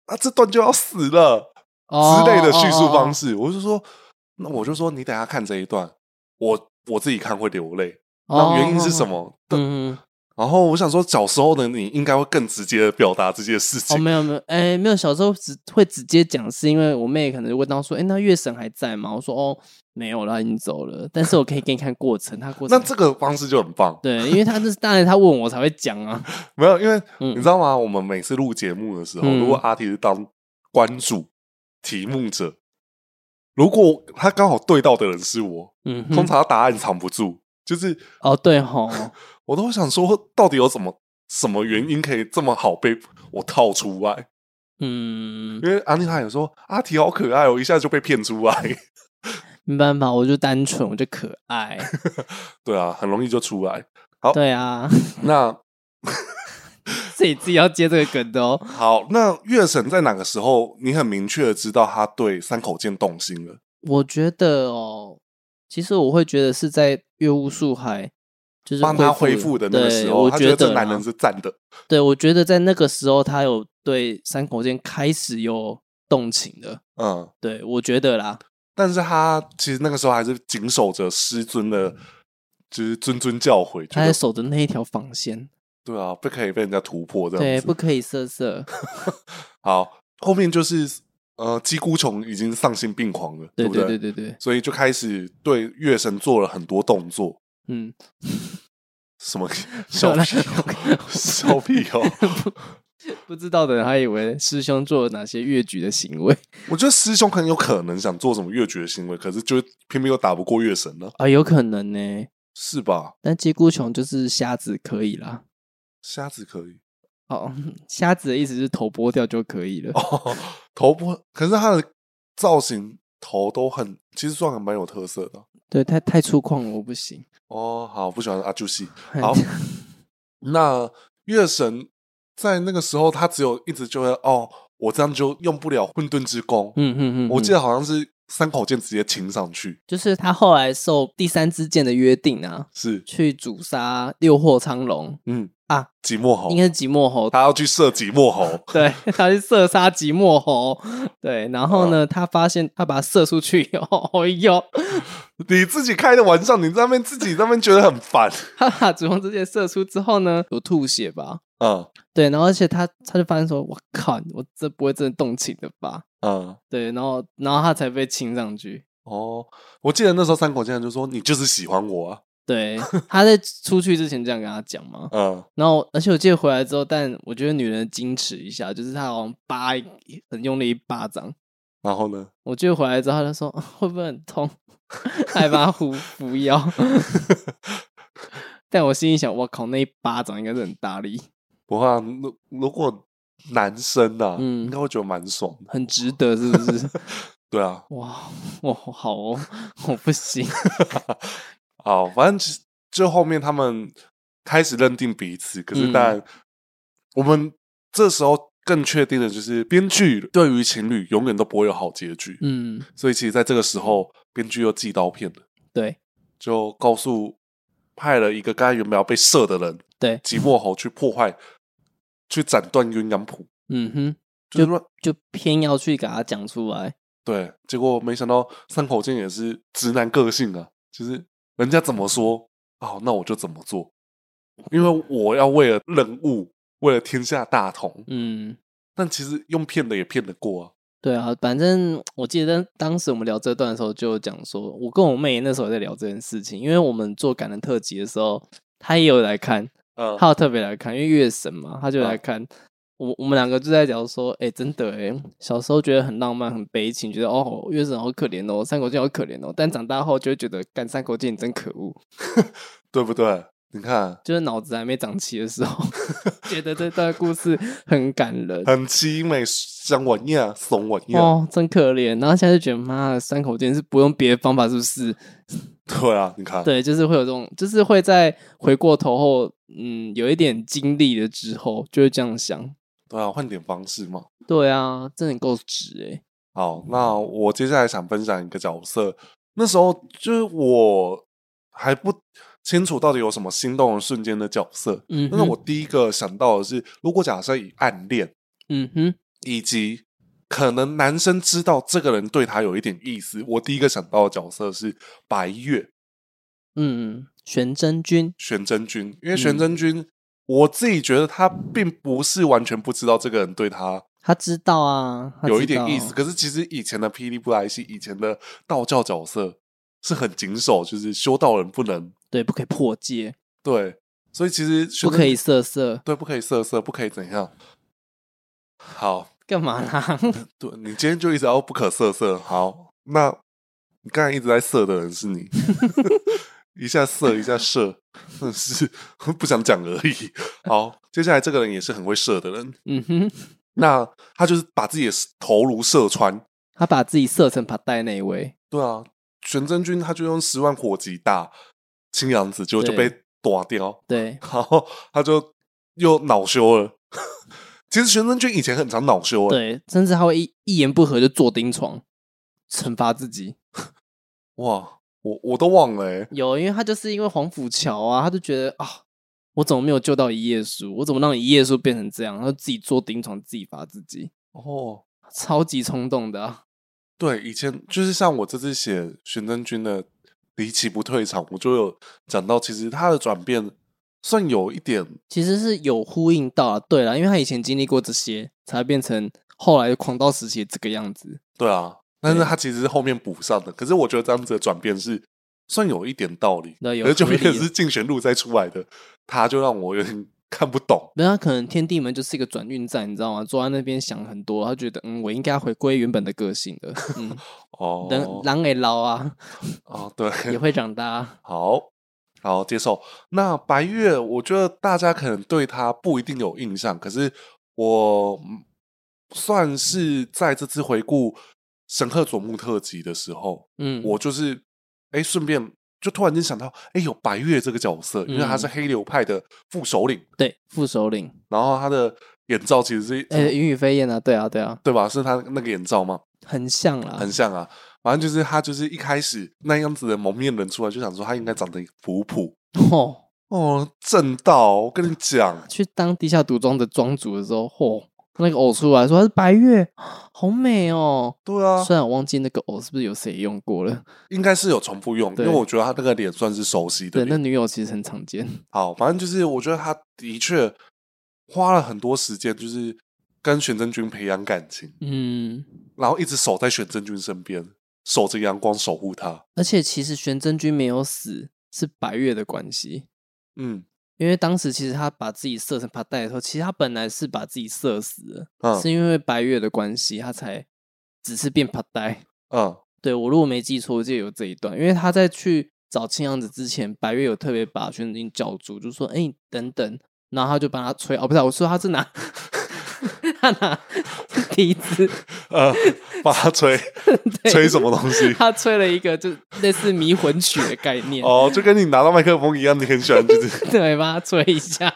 S2: 啊，这段就要死了。
S1: 哦
S2: 之类的叙述
S1: 哦哦
S2: 方
S1: 哦
S2: 式。我就说，那我就说你等一下看这一段，我我自己看会流泪。那原因是什？
S1: 哦
S2: 么？
S1: 哦哦
S2: 对
S1: 嗯哼，
S2: 然后我想说，小时候的你应该会更直接的表达这些事
S1: 哦，
S2: 情。
S1: 没有没有，哎，没有。小时候只会直接讲，是因为我妹可能就问到说，哎，那月神还在吗？我说哦，没有了，已经走了。但是我可以给你看过程，他过
S2: 那
S1: 程。
S2: 这个方式就很棒，
S1: 对，因为他这是当然他问我才会讲啊。
S2: 没有，因为
S1: 嗯
S2: 你知道吗？我们每次录节目的时候，
S1: 嗯
S2: 如果阿提是当关主题目者，如果他刚好对到的人是我，
S1: 嗯
S2: 通
S1: 哼，
S2: 常他答案藏不住，就是
S1: 哦对吼，
S2: 我都会想说，到底有什么什么原因可以这么好被我套出来？
S1: 嗯，
S2: 因为安妮塔也说阿提好可爱哦，一下就被骗出来。
S1: 没办法，我就单纯，我就可 爱。
S2: 对啊，很容易就出来。好，
S1: 对啊，
S2: 那
S1: 自己自己要接这个梗的哦。
S2: 好，那月神在哪个时候你很明确的知道他对三口剑动心了？
S1: 我觉得哦，其实我会觉得是在月雾树海，就是
S2: 帮他
S1: 恢
S2: 恢
S1: 复
S2: 复
S1: 了
S2: 的那个时候，
S1: 对
S2: 他
S1: 我
S2: 觉
S1: 觉
S2: 得
S1: 得
S2: 这男人
S1: 啦
S2: 是赞的。
S1: 对我觉得在那个时候，他有对山口健开始有动情了。
S2: 嗯，
S1: 对我觉得啦，
S2: 但是他其实那个时候还是谨守着师尊的，就是谆谆教诲，
S1: 他
S2: 觉
S1: 在
S2: 得
S1: 守着那一条防线，
S2: 对啊，不可以被人家突破这
S1: 对，
S2: 样子。
S1: 不可以色 色，
S2: 好，后面就是呃，鸡姑虫已经丧心病狂了，
S1: 对
S2: 不
S1: 对对对对，
S2: 所以就开始对月神做了很多动作。
S1: 嗯，
S2: 什 么小屁 哦小屁哦！
S1: 不知道的人还以为师兄做了哪些越矩的行为
S2: 我觉得师兄很有可能想做什么越绝的行为，可是就偏偏又打不过月神呢，
S1: 啊，有可能呢、
S2: 是吧？
S1: 但鸡姑穷就是瞎子可以啦。
S2: 瞎子可以
S1: 哦， 瞎子的意思是头剥掉就可以了。
S2: 哦，头不，可是他的造型头都很，其实算还蛮有特色的。
S1: 对，太太粗犷了，我不行。
S2: 哦，好，不喜欢阿朱西。好，那月神在那个时候，他只有一直就会哦，我这样就用不了混沌之功。
S1: 嗯嗯嗯，
S2: 我记
S1: 得
S2: 得好像是三口剑直接擒上去，
S1: 就是他后来受第三支箭的约定啊，
S2: 是
S1: 去诛杀六祸苍龙，
S2: 嗯
S1: 啊，
S2: 即墨侯
S1: 应该是即墨侯。
S2: 他要去射即墨猴，
S1: 对， 他去射杀即墨侯。对，然后
S2: 哦
S1: 呢，他发现他把他射出去以后， 哎呦，
S2: 你自己开的玩笑，你在那边自己在那边觉得很烦。
S1: 他把主攻之箭射出之后呢，有吐血吧？
S2: 嗯
S1: 对，然后而且他他就发现说，我靠，我这不会真的动情的吧？
S2: 嗯，
S1: 对，然后然后他才被亲上去。
S2: 哦，我记得那时候三口剑就说你就是喜欢我啊，
S1: 对，他在出去之前这样跟他讲嘛。
S2: 嗯，
S1: 然后，而且我记得回来之后，但我觉得女人矜持一下，就是她好像扒一很用力一巴掌。
S2: 然后呢，
S1: 我记得回来之后，她就说啊 会不会很痛，还把她扶扶腰。 但我心里想，我靠，那一巴掌应该是很大力，
S2: 不怕如如果男生啊，
S1: 嗯
S2: 应该会觉得蛮爽的。
S1: 很值得，是不是？
S2: 对啊，
S1: 哇，我好哦，我不行。
S2: 好，反正其就后面他们开始认定彼此。可是
S1: 嗯，
S2: 但我们这时候更确定的就是，编剧对于情侣永远都不会有好结局。
S1: 嗯，
S2: 所以，其实在这个时候，编剧又寄刀片了，
S1: 对
S2: 就告诉派了一个刚才原本要被射的人
S1: 对，
S2: 即墨侯去破坏，去斩断鸳鸯谱，
S1: 嗯哼，
S2: 就是乱
S1: 就偏要去给他讲出来，
S2: 对，结果没想到三口剑也是直男个性啊，就是人家怎么说，哦，那我就怎么做，因为我要为了任务，为了天下大同。
S1: 嗯。
S2: 但其实用骗的也骗得过啊，
S1: 对啊，反正我记得当时我们聊这段的时候，就有讲说，我跟我妹那时候也在聊这件事情，因为我们做感人特辑的时候，她也有来看，
S2: 嗯，
S1: 她有特别来看，因为月神嘛，她就来
S2: 嗯
S1: 看。我我们两个就在聊说，哎、真的哎、小时候觉得很浪漫、很悲情，觉得哦，月神好可怜哦，三口剑好可怜哦，但长大后就会觉得，干三口剑你真可恶，
S2: 对不对？你看，
S1: 就是脑子还没长齐的时候， 觉得这段故事很感人。
S2: 很凄美，像玩意啊，怂玩意啊，
S1: 哦，真可怜！然后现在就觉得，妈的，三口剑是不用别的方法，是不是？
S2: 对啊，你看，
S1: 对，就是会有这种，就是会在回过头后，嗯，有一点经历了之后，就会这样想。
S2: 对啊，换点方式嘛。
S1: 对啊，真的够直欸诶、
S2: 好，那
S1: 嗯
S2: 我接下来想分享一个角色，那时候就是我还不清楚到底有什么心动的瞬间的角色，
S1: 嗯
S2: 但是
S1: 哼
S2: 我第一个想到的是，如果假设以暗恋
S1: 嗯哼，
S2: 以及可能男生知道这个人对他有一点意思，我第一个想到的角色是白月
S1: 嗯，玄真君，
S2: 玄真君，因为
S1: 嗯
S2: 玄真君、我自己觉得他并不是完全不知道这个人对他
S1: 他知道啊，他
S2: 有
S1: 知
S2: 一点意
S1: 道
S2: 思，可是其实以前的霹雳布莱希，以前的道教角色是很谨守，就是修道人不能
S1: 对，不可以破戒，
S2: 对，所以其实玄
S1: 不
S2: 真
S1: 可以色色，
S2: 对，不可以色色，不可以怎样。好，
S1: 干嘛啦？
S2: 对你今天就一直要不可色色。好，那你刚才一直在色的人是 你，一下色一下射，真的是不想讲而已。好，接下来这个人也是很会射的人，
S1: 嗯哼，
S2: 那他就是把自己的头颅射穿。
S1: 他把自己射成帕带那一位，
S2: 对啊，玄真君他就用十万火急打青阳子，结果就
S1: 对
S2: 被打掉，
S1: 对，
S2: 然后他就又恼羞了。 其实玄真君以前很常恼羞、欸，
S1: 对，甚至他会一一言不合就坐钉床，惩罚自己。
S2: 哇，我我都忘了、欸，
S1: 有，因为他就是因为黄甫桥啊，他就觉得啊，我怎么没有救到一页书？我怎么让一页书变成这样？他就自己坐钉床，自己罚自己，
S2: 哦，
S1: 超级冲动的、啊。
S2: 对，以前就是像我这次写玄真君的《离奇不退场》，我就有讲到，其实他的转变算有一点，
S1: 其实是有呼应到啊，对了，因为他以前经历过这些，才变成后来狂刀时期这个样子。
S2: 对啊，但是
S1: 对
S2: 他其实是后面补上的。可是我觉得这样子的转变是算有一点道理，
S1: 那有
S2: 可是就
S1: 合理啊
S2: 变成
S1: 的
S2: 是竞选路再出来的，他就让我有点 看不懂。
S1: 那他可能天地门就是一个转运站，你知道吗？坐在那边想很多，他觉得嗯，我应该回归原本的个性的。嗯，
S2: 哦，
S1: 人狼也老 啊，
S2: 哦，对，
S1: 也会长大、啊。
S2: 好好接受。那白月，我觉得大家可能对他不一定有印象，可是我嗯算是在这次回顾《神鹤佐木特辑》的时候，
S1: 嗯，
S2: 我就是哎，顺便就突然间想到，哎，有白月这个角色，因为他是
S1: 嗯
S2: 黑流派的副首领，
S1: 对副首领，
S2: 然后他的眼罩其实是，
S1: 呃，云雨飞燕啊，对啊，对啊，
S2: 对吧？是他那个眼罩吗？
S1: 很像啦，
S2: 很像啊。反正就是他，就是一开始那样子的蒙面人出来，就想说他应该长得普普，
S1: 哦，
S2: 哦，正道，我跟你讲，
S1: 去当地下赌庄的庄主的时候，嚯、那个偶出来说他是白月，好美哦。
S2: 对啊，
S1: 虽然我忘记那个偶是不是有谁用过了，
S2: 应该是有重复用，因
S1: 对
S2: 为我觉得他那个脸算是熟悉的
S1: 对，那
S2: 脸。
S1: 女友其实很常见。
S2: 好，反正就是我觉得他的确花了很多时间，就是跟玄真君培养感情，
S1: 嗯，
S2: 然后一直守在玄真君身边，守着阳光守护他。
S1: 而且其实玄真君没有死，是白月的关系。
S2: 嗯
S1: 因为当时其实他把自己射成帕带的时候，其实他本来是把自己射死了，
S2: 嗯
S1: 是因为白月的关系，他才只是变帕带。
S2: 嗯，
S1: 对我如果没记错，我记得有这一段，因为他在去找青阳子之前，白月有特别把玄真君叫住，就说：“哎、你等等。” 然后他就帮他吹，哦，不是啊，我说他是拿他拿笛子
S2: 呃， 帮他吹
S1: 对
S2: 吹什么 东西？
S1: 他吹了一个就类似迷魂曲的概念，
S2: 哦，就跟你拿到麦克风一样，你很喜欢，就是
S1: 对，帮他吹一下。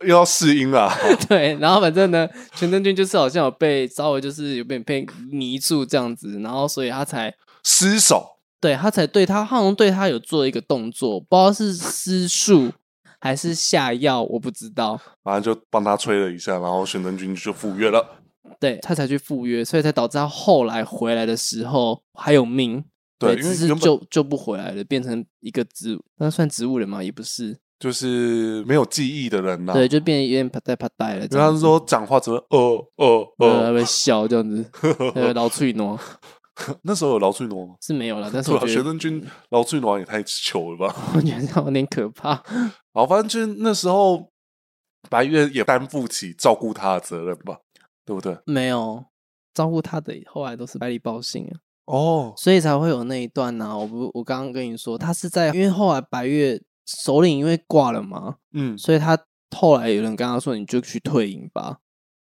S2: 又要试音啊啦。
S1: 对，然后反正呢，全真君就是好像有被稍微就是有点被迷住这样子，然后所以他才
S2: 失手，
S1: 对他才对他好像对他有做一个动作，不知道是施术还是下药，我不知道。
S2: 反正就帮他吹了一下，然后玄真君就赴约了。
S1: 对他才去赴约，所以才导致他后来回来的时候还有命。
S2: 对因为
S1: 只是
S2: 原本
S1: 救救不回来了，变成一个植，那算植物人吗？也不是，
S2: 就是没有记忆的人呐、
S1: 对，就变得有点啪嗒啪嗒了这
S2: 因为他
S1: 样
S2: 是
S1: 子。
S2: 说讲话只会呃呃
S1: 呃，
S2: 呃，
S1: 会笑这样 子，呃，老脆挪
S2: 那时候有劳翠挪吗？
S1: 是没有了，但是
S2: 对
S1: 我
S2: 啊，
S1: 觉
S2: 学
S1: 得，
S2: 生君劳翠挪也太糗了吧！
S1: 我觉得有点可怕。
S2: 好，反正就是那时候白月也担负起照顾他的责任吧，对不对？
S1: 没有照顾他的，后来都是百里报信啊，
S2: 哦，
S1: 所以才会有那一段呢、我不，我刚刚跟你说，他是在因为后来白月首领因为挂了嘛，
S2: 嗯，
S1: 所以他后来有人跟他说，你就去退隐吧，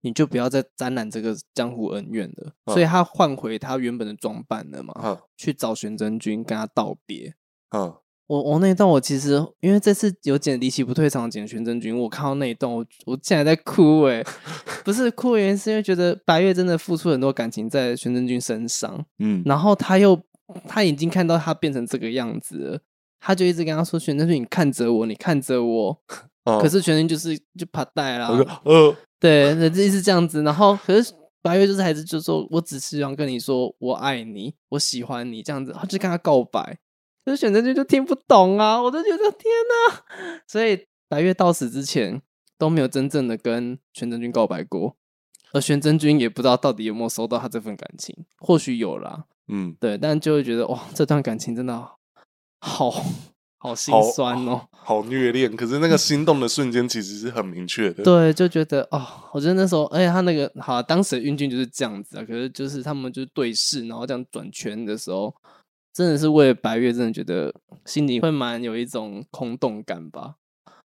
S1: 你就不要再沾染这个江湖恩怨了。
S2: 嗯
S1: 所以他换回他原本的装扮了嘛，
S2: 嗯
S1: 去找玄真君跟他道别。
S2: 嗯，
S1: 我我那一段我其实因为这次有剪离奇不退场的剪玄真君，我看到那一段我我竟然在哭 哎、不是哭的原因是因为觉得白月真的付出很多感情在玄真君身上，
S2: 嗯，
S1: 然后他又他已经看到他变成这个样子了，他就一直跟他说玄真君你看着我，你看着我，
S2: 嗯
S1: 可是玄真君就是就怕带啦
S2: 我，就呃，
S1: 对，那一直这样子，然后可是。白月就是还是就说，我只希望跟你说，我爱你，我喜欢你这样子，他就跟他告白，可是选择君就听不懂啊，我都觉得天哪、 所以白月到死之前都没有真正的跟玄真君告白过，而玄真君也不知道到底有没有收到他这份感情，或许有啦，
S2: 嗯，
S1: 对，但就会觉得哇，这段感情真的好 好心
S2: 好
S1: 酸哦。
S2: 好虐恋，可是那个心动的瞬间其实是很明确的。
S1: 对，就觉得哦，我觉得那时候，而且他那个好、当时的运镜就是这样子啊。可是就是他们就是对视，然后这样转圈的时候，真的是为了白月，真的觉得心里会蛮有一种空洞感吧。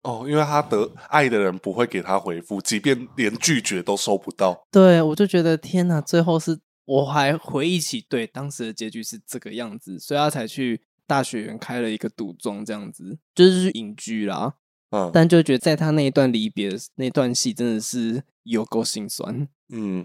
S2: 哦，因为他得爱的人不会给他回复，即便连拒绝都收不到。
S1: 对，我就觉得天哪，最后是我还回忆起对当时的结局是这个样子，所以他才去大学园开了一个赌庄，这样子就是去隐居啦。
S2: 嗯
S1: 但就觉得在他那一段离别的那段戏，真的是有够心酸。
S2: 嗯，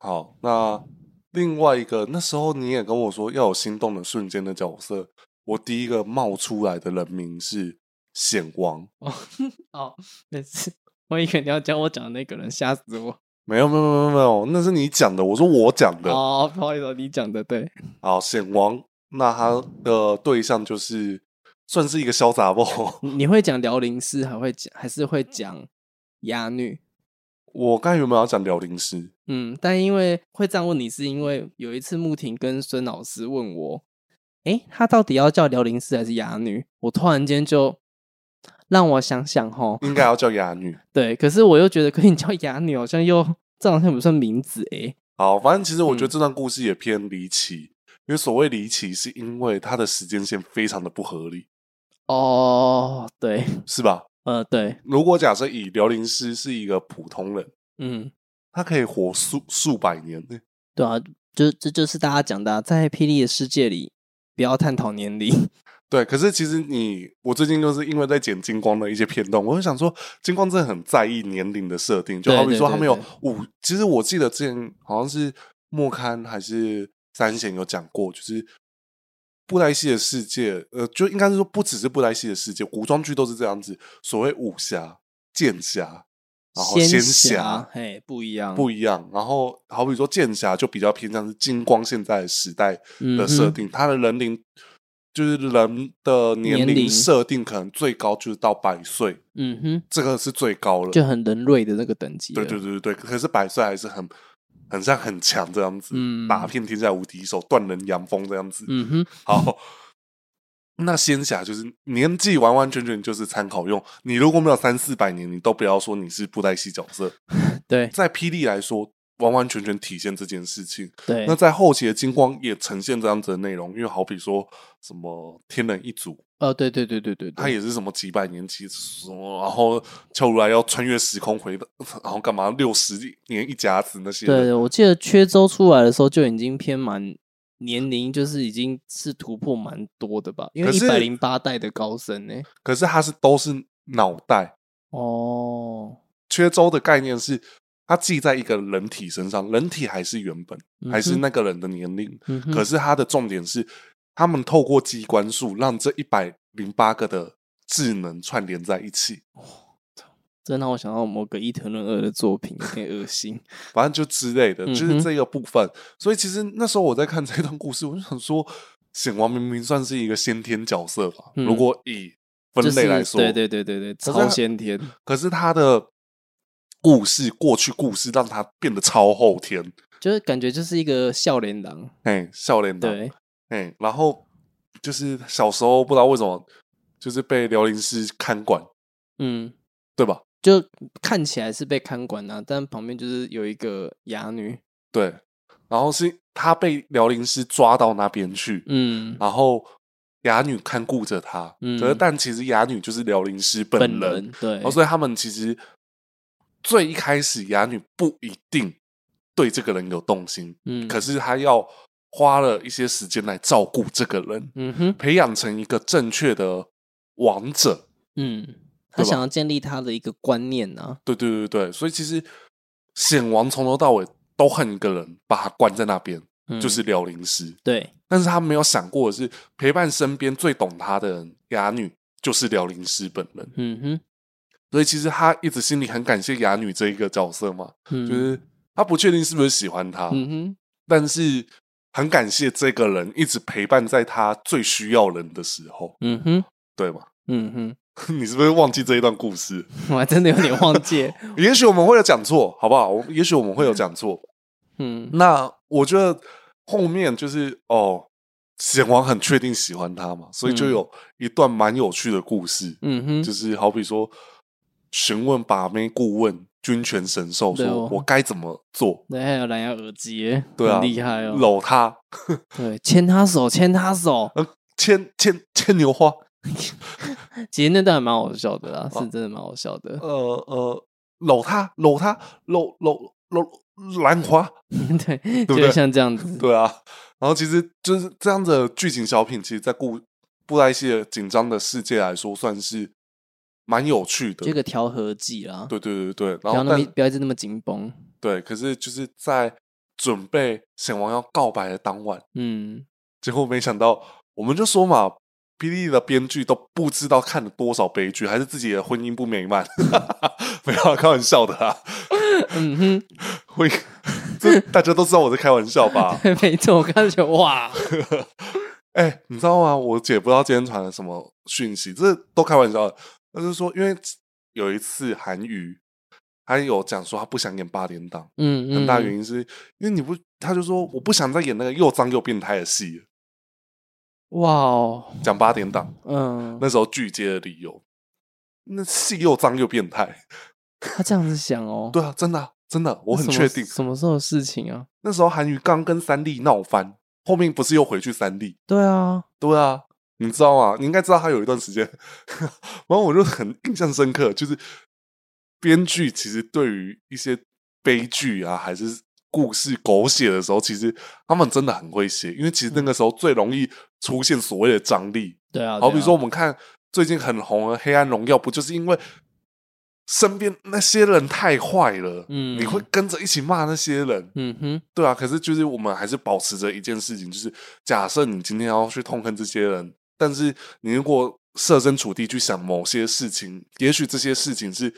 S2: 好，那另外一个，那时候你也跟我说要有心动的瞬间的角色，我第一个冒出来的人名是显王。
S1: 哦，没事， 我以为你要教我讲的那个人，吓死我！
S2: 没有没有没有没有，那是你讲的，我说我讲的。
S1: 哦，不好意思，你讲的对，
S2: 好，显王，那他的对象就是算是一个潇洒 b
S1: 你你会讲辽宁诗，还会讲，还是会讲哑女。
S2: 我刚才原本要讲辽宁师，
S1: 嗯，但因为会这样问你，是因为有一次穆婷跟孙老师问我，诶，他到底要叫辽宁诗还是哑女？我突然间就让我想想哈，
S2: 应该要叫哑女。
S1: 对，可是我又觉得可以叫哑女，好像又这好像不算名字诶。
S2: 好，反正其实我觉得
S1: 嗯
S2: 这段故事也偏离奇，因为所谓离奇，是因为它的时间线非常的不合理，
S1: 哦，对，
S2: 是吧？
S1: 呃，对，
S2: 如果假设以辽宁师是一个普通人，
S1: 嗯。
S2: 他可以活数数百年，
S1: 对啊，就这就是大家讲的啊、在霹雳的世界里，不要探讨年龄。
S2: 对。可是其实你，我最近就是因为在剪金光的一些片段，我就想说，金光真的很在意年龄的设定，就
S1: 对
S2: 好比
S1: 对
S2: 说
S1: 对
S2: 他们有
S1: 对
S2: 五，其实我记得之前好像是莫刊还是三贤有讲过，就是。布袋戏的世界，呃，就应该是说，不只是布袋戏的世界，古装剧都是这样子。所谓武侠、剑侠，然后仙侠
S1: 侠，，嘿，不一样，
S2: 不一样。然后好比说剑侠就比较偏向是金光现在的时代的
S1: 的
S2: 设、定，它的人龄就是人的年
S1: 年
S2: 龄
S1: 龄
S2: 设定可能最高就是到百岁，
S1: 嗯哼，嗯
S2: 这个是最高了
S1: 哼，。就很人类的那个等级。
S2: 对对，对对，可是百岁还是很很像很强这样子，
S1: 嗯
S2: 打遍天下无敌手，断人阳风这样子。
S1: 嗯哼，
S2: 好。那仙侠就是年纪完完全全就是参考用，你如果没有三四百年，你都不要说你是布袋戏角色。
S1: 对，
S2: 在霹雳来说，完完全全体现这件事情。
S1: 对
S2: 那，在后期的金光也呈现这样子的内容，因为好比说什么天人一族，
S1: 呃，对对对对对，
S2: 他也是什么几百年级什么，然后俏如来要穿越时空回的，然后干嘛六十年一甲子那些的，
S1: 对对，我记得缺周出来的时候就已经偏蛮年龄，就是已经是突破蛮多的吧，因为
S2: 可
S1: 一
S2: 是
S1: 百零八代的高僧呢、
S2: 可是他是都是脑袋。
S1: 哦，
S2: 缺周的概念是，它记在一个人体身上，人体还是原本，
S1: 嗯
S2: 还是
S1: 哼
S2: 那个人的年龄。
S1: 嗯哼
S2: 可是它的重点是，他们透过机关术让这一百零八个的智能串联在一起，
S1: 这让我想到某个伊藤润二的作品，有点恶心。
S2: 反正就之类的，
S1: 嗯哼
S2: 就是这个部分。所以其实那时候我在看这段故事，我就想说，显王明明算是一个先天角色吧，
S1: 嗯
S2: 如果以 分
S1: 就是
S2: 类来说，
S1: 对对对对对，
S2: 是
S1: 超
S2: 它
S1: 先天，
S2: 可是他的故事过去故事让他变得超后天。
S1: 就是感觉就是一个笑脸狼。
S2: 哎，笑脸党，
S1: 对，
S2: 哎、然后就是小时候不知道为什么，就是被辽宁师看管，
S1: 嗯，
S2: 对吧？
S1: 就看起来是被看管啊，但旁边就是有一个哑女。
S2: 对，然后是他被辽宁师抓到那边去，
S1: 嗯，
S2: 然后哑女看顾着他，
S1: 嗯
S2: 可是但其实哑女就是辽宁师本
S1: 本
S2: 人，
S1: 人对
S2: 然后，所以他们其实最一开始哑女不一定对这个人有动心，
S1: 嗯，
S2: 可是他要花了一些时间来照顾这个人，
S1: 嗯哼，
S2: 培养成一个正确的王者。
S1: 嗯，他
S2: 对吧
S1: 想要建立他的一个观念啊，
S2: 对对对对，所以其实显王从头到尾都恨一个人，把他关在那边，
S1: 嗯
S2: 就是辽宁师。
S1: 对，
S2: 但是他没有想过的是，陪伴身边最懂他的人哑女就是辽宁师本人。
S1: 嗯哼，
S2: 所以其实他一直心里很感谢哑女这一个角色嘛，
S1: 嗯，
S2: 就是啊他不确定是不是喜欢他，
S1: 嗯哼，
S2: 但是很感谢这个人一直陪伴在他最需要人的时候，
S1: 嗯哼，
S2: 对吗？
S1: 嗯哼，
S2: 你是不是忘记这一段故事？
S1: 我还真的有点忘记了，
S2: 也许我们会有讲错，好不好？我也许我们会有讲错。
S1: 嗯
S2: 那我觉得后面就是哦，显王很确定喜欢他嘛，所以就
S1: 嗯
S2: 有一段蛮有趣的故事，
S1: 嗯哼，
S2: 就是好比说询问把妹顾问军权神兽，
S1: 对
S2: 说
S1: 哦
S2: 我该怎么做，
S1: 对，还有蓝牙耳机耶，
S2: 对啊，
S1: 很厉害哦，
S2: 搂他，
S1: 对，牵他手，牵他手，
S2: 呃，牵牵牵牛花，
S1: 其实那段还蛮好笑的啦，啊
S2: 哦
S1: 是真的蛮好笑的
S2: 呃，呃，搂他，搂他，搂搂搂兰花，
S1: 对，
S2: 不
S1: 就
S2: 对
S1: 是像这样子，
S2: 对啊，然后其实就是这样的剧情小品，其实，在故布袋戏的紧张的世界来说，算是蛮有趣的。
S1: 这个调和剂啦，
S2: 对对对对，
S1: 不
S2: 然后
S1: 要那么
S2: 但
S1: 不要一直那么紧绷，
S2: 对，可是就是在准备显王要告白的当晚，
S1: 嗯，
S2: 结果没想到，我们就说嘛。霹雳的编剧都不知道看了多少悲剧，还是自己的婚姻不美满， 没有啊开玩笑的啦。
S1: 嗯哼。
S2: 婚姻，这大家都知道我在开玩笑吧？
S1: 没错，我刚才觉得哇，
S2: 哎、你知道吗？我姐不知道今天传了什么讯息，这都开玩笑的。她就说，因为有一次韩娱，她有讲说她不想演八点档，
S1: 嗯，嗯
S2: 很大原因是因为你不，她就说我不想再演那个又脏又变态的戏了，
S1: 哇哦，
S2: 讲八点档
S1: 嗯，
S2: 那时候拒接的理由，那戏又脏又变态，
S1: 他这样子想哦，
S2: 对啊，真的啊、真的，我
S1: 那
S2: 很
S1: 什么
S2: 确定，
S1: 什么时候的事情啊？
S2: 那时候韩娱刚跟三立闹翻，后面不是又回去三立，
S1: 对啊，
S2: 对啊，你知道吗？你应该知道他有一段时间， 然后我就很印象深刻，就是编剧其实对于一些悲剧啊，还是故事狗血的时候，其实他们真的很会写，因为其实
S1: 嗯
S2: 那个时候最容易出现所谓的张力。
S1: 对啊，
S2: 好
S1: 对
S2: 比
S1: 啊
S2: 说，我，们看最近很红的《黑暗荣耀》，不就是因为身边那些人太坏了，
S1: 嗯
S2: 你会跟着一起骂那些人，
S1: 嗯哼，
S2: 对啊，可是就是我们还是保持着一件事情，就是假设你今天要去痛恨这些人，但是你如果设身处地去想某些事情，也许这些事情是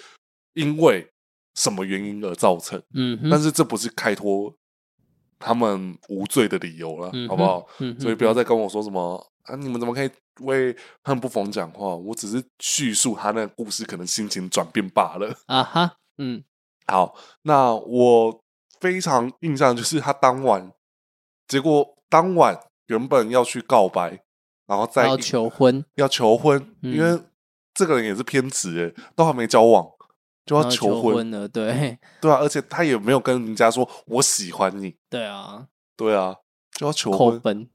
S2: 因为什么原因而造成，
S1: 嗯哼，
S2: 但
S1: 是
S2: 是这不是开脱他们无罪的理由了，好不好？？
S1: 嗯哼，
S2: 所以不要再跟我说什么啊，你们怎么可以为恨不逢讲话？我只是叙述他那个故事可能心情转变罢了。
S1: 啊哈，嗯
S2: 好，那我非常印象就是他当晚，结果当晚原本要去告白，然后再
S1: 要
S2: 一
S1: 求婚，
S2: 要求婚，
S1: 嗯
S2: 因为这个人也是偏执、欸，都还没交往，就要
S1: 然后
S2: 求
S1: 求
S2: 婚，
S1: 了，对
S2: 对啊，而且他也没有跟人家说我喜欢你，
S1: 对啊，
S2: 对啊，就要求
S1: 扣
S2: 婚，
S1: 分，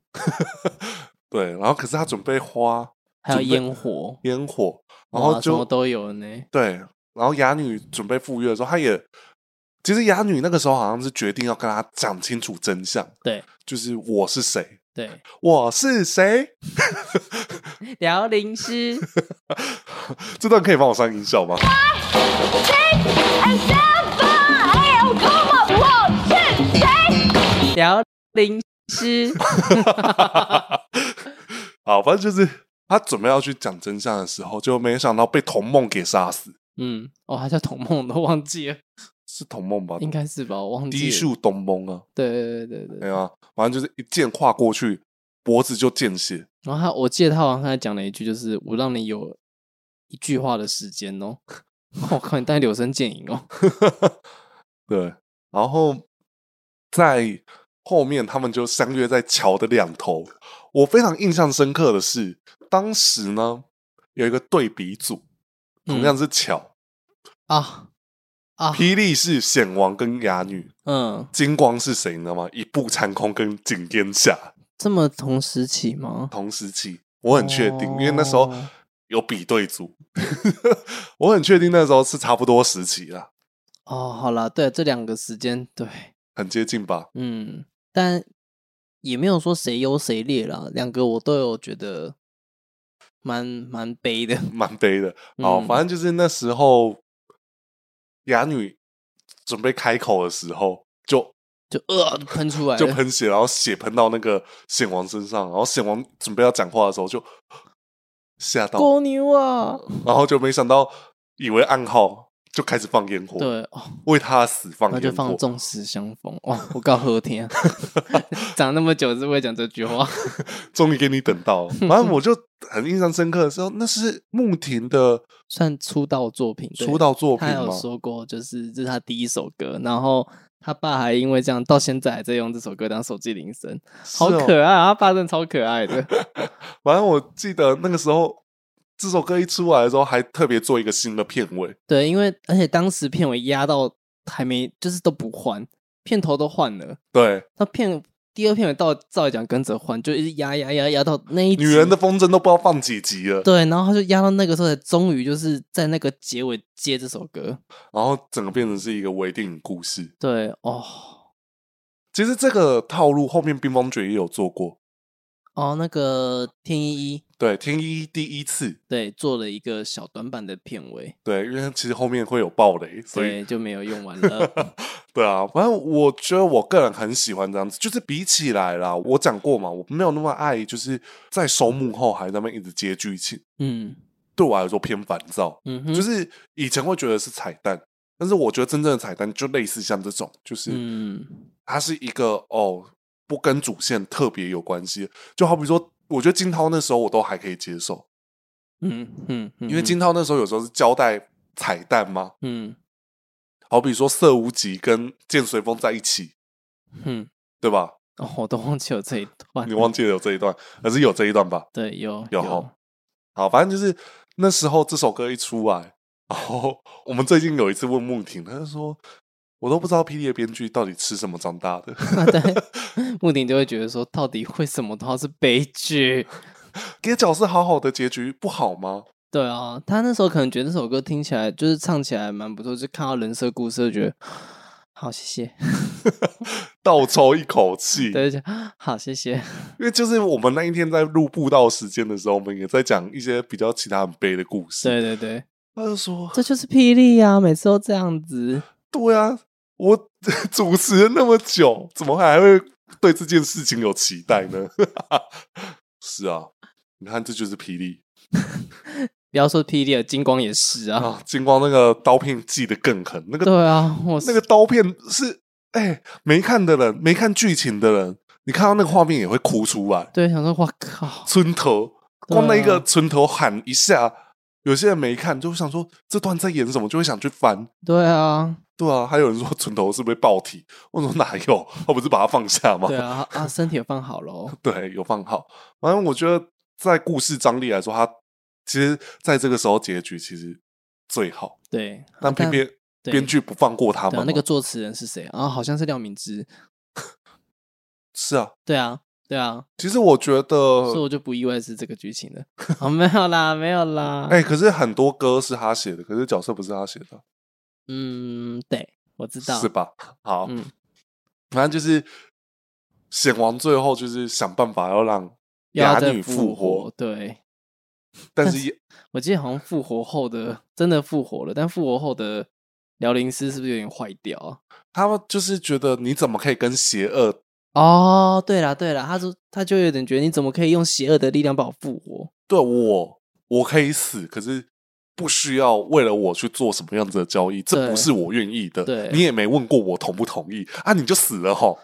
S2: 对，然后可是他准备花
S1: 还有
S2: 准备
S1: 烟火，
S2: 烟火，然
S1: 哇
S2: 后
S1: 什么
S2: 就
S1: 都有呢。
S2: 对，然后哑女准备赴约的时候，她也其实哑女那个时候好像是决定要跟他讲清楚真相，
S1: 对
S2: 就是我是谁，
S1: 对，
S2: 我是谁，
S1: 辽宁师
S2: 这段可以帮我上音效吗？
S3: and seven. Hey, oh, come up, one, two, three.
S1: 辽宁师，
S2: 好，反正就是他准备要去讲真相的时候，就没想到被童梦给杀死，
S1: 嗯，哦，他叫童梦，我都忘记了，
S2: 是童梦吧？
S1: 应该是吧，我忘记
S2: 低
S1: 了。
S2: 速东梦啊，
S1: 对对对对
S2: 对
S1: 对。
S2: 啊，反正就是一剑跨过去，脖子就见血。
S1: 然后他，我记得他好像还讲了一句，就是我让你有一句话的时间哦。 我靠，你当然柳生剑影哦。
S2: 对，然后在后面他们就相约在桥的两头。我非常印象深刻的是，当时呢有一个对比组，同样是桥，
S1: 嗯啊啊，
S2: 霹雳是显王跟哑女，
S1: 嗯，
S2: 金光是谁你知道吗？一步长空跟景烟霞
S1: 这么同时起吗？
S2: 同时期，我很确定，因为那时候
S1: 哦
S2: 有比对组， 我很确定那时候是差不多时期啦，
S1: 哦，好啦，对，这两个时间，对，
S2: 很接近吧？
S1: 嗯，但也没有说谁优谁劣啦，两个我都有觉得蛮蛮悲的。
S2: 蛮悲的。好，
S1: 嗯
S2: 反正就是那时候哑女准备开口的时候，就
S1: 就呃就喷出来了，
S2: 就喷血，然后血喷到那个显王身上，然后显王准备要讲话的时候就吓到，
S1: 狗牛啊！
S2: 然后就没想到以为暗号，就开始放烟火，
S1: 对哦，
S2: 为他的死放
S1: 那就
S2: 烟
S1: 放
S2: 火
S1: 《纵使相逢》哇！我告何天、啊， 长那么久是会讲这句话，
S2: 终于给你等到了。反正我就很印象深刻的时候，那是穆婷的
S1: 算出道作品， 对
S2: 出道作品
S1: 他有
S2: 吗？
S1: 说过，就是这是他第一首歌，然后他爸还因为这样到现在还在用这首歌当手机铃声，
S2: 是
S1: 好
S2: 哦
S1: 可爱啊！他爸真的超可爱的，
S2: 反正我记得那个时候，这首歌一出来的时候，还特别做一个新的片尾。
S1: 对，因为而且当时片尾压到还没，就是都不换，片头都换了，
S2: 对，
S1: 那片第二片尾到照理讲跟着换，就一直压压压压到那一集
S2: 女人的风筝都不知道放几集了，
S1: 对，然后他就压到那个时候才终于就是在那个结尾接这首歌，
S2: 然后整个变成是一个微电影故事。
S1: 对哦
S2: 其实这个套路后面冰封诀也有做过，
S1: 哦那个天一一
S2: 对，天一第一次，
S1: 对做了一个小短版的片尾。
S2: 对，因为其实后面会有暴雷，所以
S1: 对，就没有用完 了。
S2: 对啊，反正我觉得我个人很喜欢这样子，就是比起来啦，我讲过嘛，我没有那么爱，就是在收幕后还在那边一直接剧情，
S1: 嗯
S2: 对我来说偏烦躁。
S1: 嗯哼，
S2: 就是以前会觉得是彩蛋，但是我觉得真正的彩蛋就类似像这种，就是
S1: 嗯
S2: 它是一个哦，不跟主线特别有关系。就好比说，我觉得金涛那时候我都还可以接受，
S1: 嗯嗯，嗯
S2: 因为金涛那时候有时候是交代彩蛋嘛，
S1: 嗯
S2: 好比说色无极跟剑随风在一起，
S1: 嗯，
S2: 对吧？
S1: 哦，我都忘记有这一段，
S2: 你忘记了有这一段，而是有这一段吧？
S1: 对啊有
S2: 有吼好，反正就是那时候这首歌一出来，然后我们最近有一次问梦婷，她就说。我都不知道霹雳的编剧到底吃什么长大的，
S1: 对，木顶就会觉得说，到底为什么都要是悲剧？
S2: 给角色好好的结局不好吗？
S1: 对啊，他那时候可能觉得这首歌听起来就是唱起来蛮不错，就看到人设故事就觉得好谢谢，
S2: 嗯倒抽一口气，
S1: 对，就好谢 谢，
S2: 因为就是我们那一天在录步道时间的时候，我们也在讲一些比较其他很悲的故事。
S1: 对对对，
S2: 他就说
S1: 这就是霹雳啊，每次都这样子，：“
S2: 对啊，我 主持了那么久，怎么还会对这件事情有期待呢？” 是啊，你看这就是霹雳
S1: 不要说霹雳了，金光也是啊，
S2: 啊！金光那个刀片记得更狠，那个
S1: 对啊，我
S2: 那个刀片是哎、没看的人，没看剧情的人，你看到那个画面也会哭出来。
S1: 对想说，哇靠，
S2: 村头，
S1: 对
S2: 光那一个
S1: 啊
S2: 村头喊一下，有些人没看就会想说这段在演什么，就会想去翻。
S1: 对啊，
S2: 对啊，还有人说村头是不是被爆体？我说哪有， 他不是把它放下吗？
S1: 对啊，啊，身体也放好哦喽。
S2: 对有放好。反正我觉得在故事张力来说，它其实在这个时候结局其实最好，
S1: 对，啊
S2: 但偏偏
S1: 对
S2: 编剧不放过他
S1: 对啊
S2: 们，嘛。
S1: 那个作词人是谁啊？好像是廖敏芝。
S2: 是啊。
S1: 对啊，对啊，
S2: 其实我觉
S1: 所以
S2: 得，
S1: 我就不意外是这个剧情 了。啊，没有啦，没有啦。
S2: 哎、可是很多歌是他写的，可是角色不是他写的，
S1: 嗯，对，我知道，
S2: 是吧？ 好，
S1: 嗯，
S2: 反正就是显王最后就是想办法要让
S1: 要
S2: 哑
S1: 再
S2: 女
S1: 复
S2: 复
S1: 活
S2: 活，，
S1: 对。
S2: 但是也
S1: 我记得好像复活后的真的复活了，但复活后的辽宁师是不是有点坏掉啊？
S2: 他们就是觉得你怎么可以跟邪恶？
S1: 哦，对了对了，他说他就有点觉得你怎么可以用邪恶的力量把我复活？
S2: 对我，我可以死，可是不需要为了我去做什么样子的交易，这
S1: 对
S2: 不是我愿意的。
S1: 对
S2: 你也没问过我同不同意啊，你就死 了吼。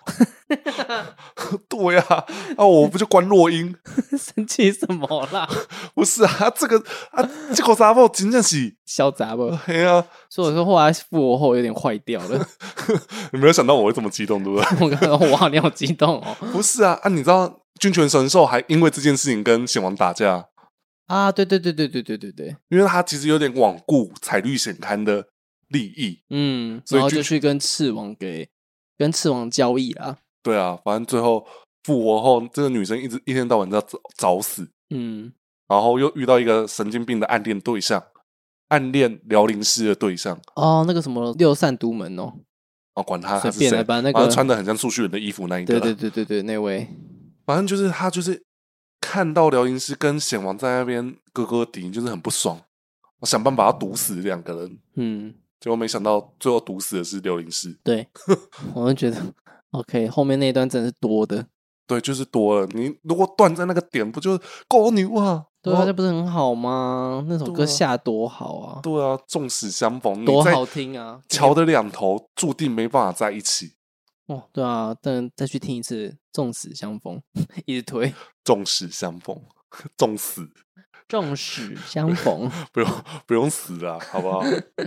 S2: 对呀、啊，啊，我不就关落音？
S1: 生气什么 啦？
S2: 不是啊，这个啊，这个杂报真正是，
S1: 潇洒不？
S2: 哎呀、
S1: 所以我说后来复活后有点坏掉了。
S2: 你没有想到我会这么激动，对不对？
S1: 我刚刚哇，你好激动哦！
S2: 不是啊，啊，你知道军权神兽还因为这件事情跟显王打架，
S1: 啊，对对对对对对对对，
S2: 因为他其实有点罔顾彩绿显刊的利益。
S1: 嗯，
S2: 所以
S1: 然后就
S2: 就
S1: 去跟赤王给跟赤王交易啦。
S2: 对啊，反正最后复活后，这个女生一直一天到晚在找找死，
S1: 嗯，
S2: 然后又遇到一个神经病的暗恋对象，暗恋辽宁师的对象。
S1: 哦，那个什么六扇独门哦，
S2: 哦，管他
S1: 随
S2: 他是
S1: 便
S2: 谁，
S1: 来吧那个
S2: 反正穿的很像数学人的衣服那一个
S1: 对
S2: 啦，
S1: 对对对对，那位，
S2: 反正就是他就是看到辽宁师跟显王在那边哥哥敌，就是很不爽，我想办法要毒死两个人，
S1: 嗯，
S2: 结果没想到最后毒死的是辽宁师。
S1: 对，我就觉得 OK，后面那一段真的是多的，
S2: 对，就是多了。你如果断在那个点，不就够牛啊？
S1: 对
S2: 然
S1: 啊，
S2: 后
S1: 这不是很好吗？那首
S2: 对
S1: 歌
S2: 啊
S1: 下多好啊，
S2: 对啊，纵使相逢，
S1: 多
S2: 你在
S1: 好听啊！
S2: 桥的两头注定没办法在一起。
S1: 哦，对啊，但再去听一次《纵使相逢》，一直推《
S2: 纵使相逢，纵死
S1: 纵使 相逢》。
S2: 不用不用死啊，好不好？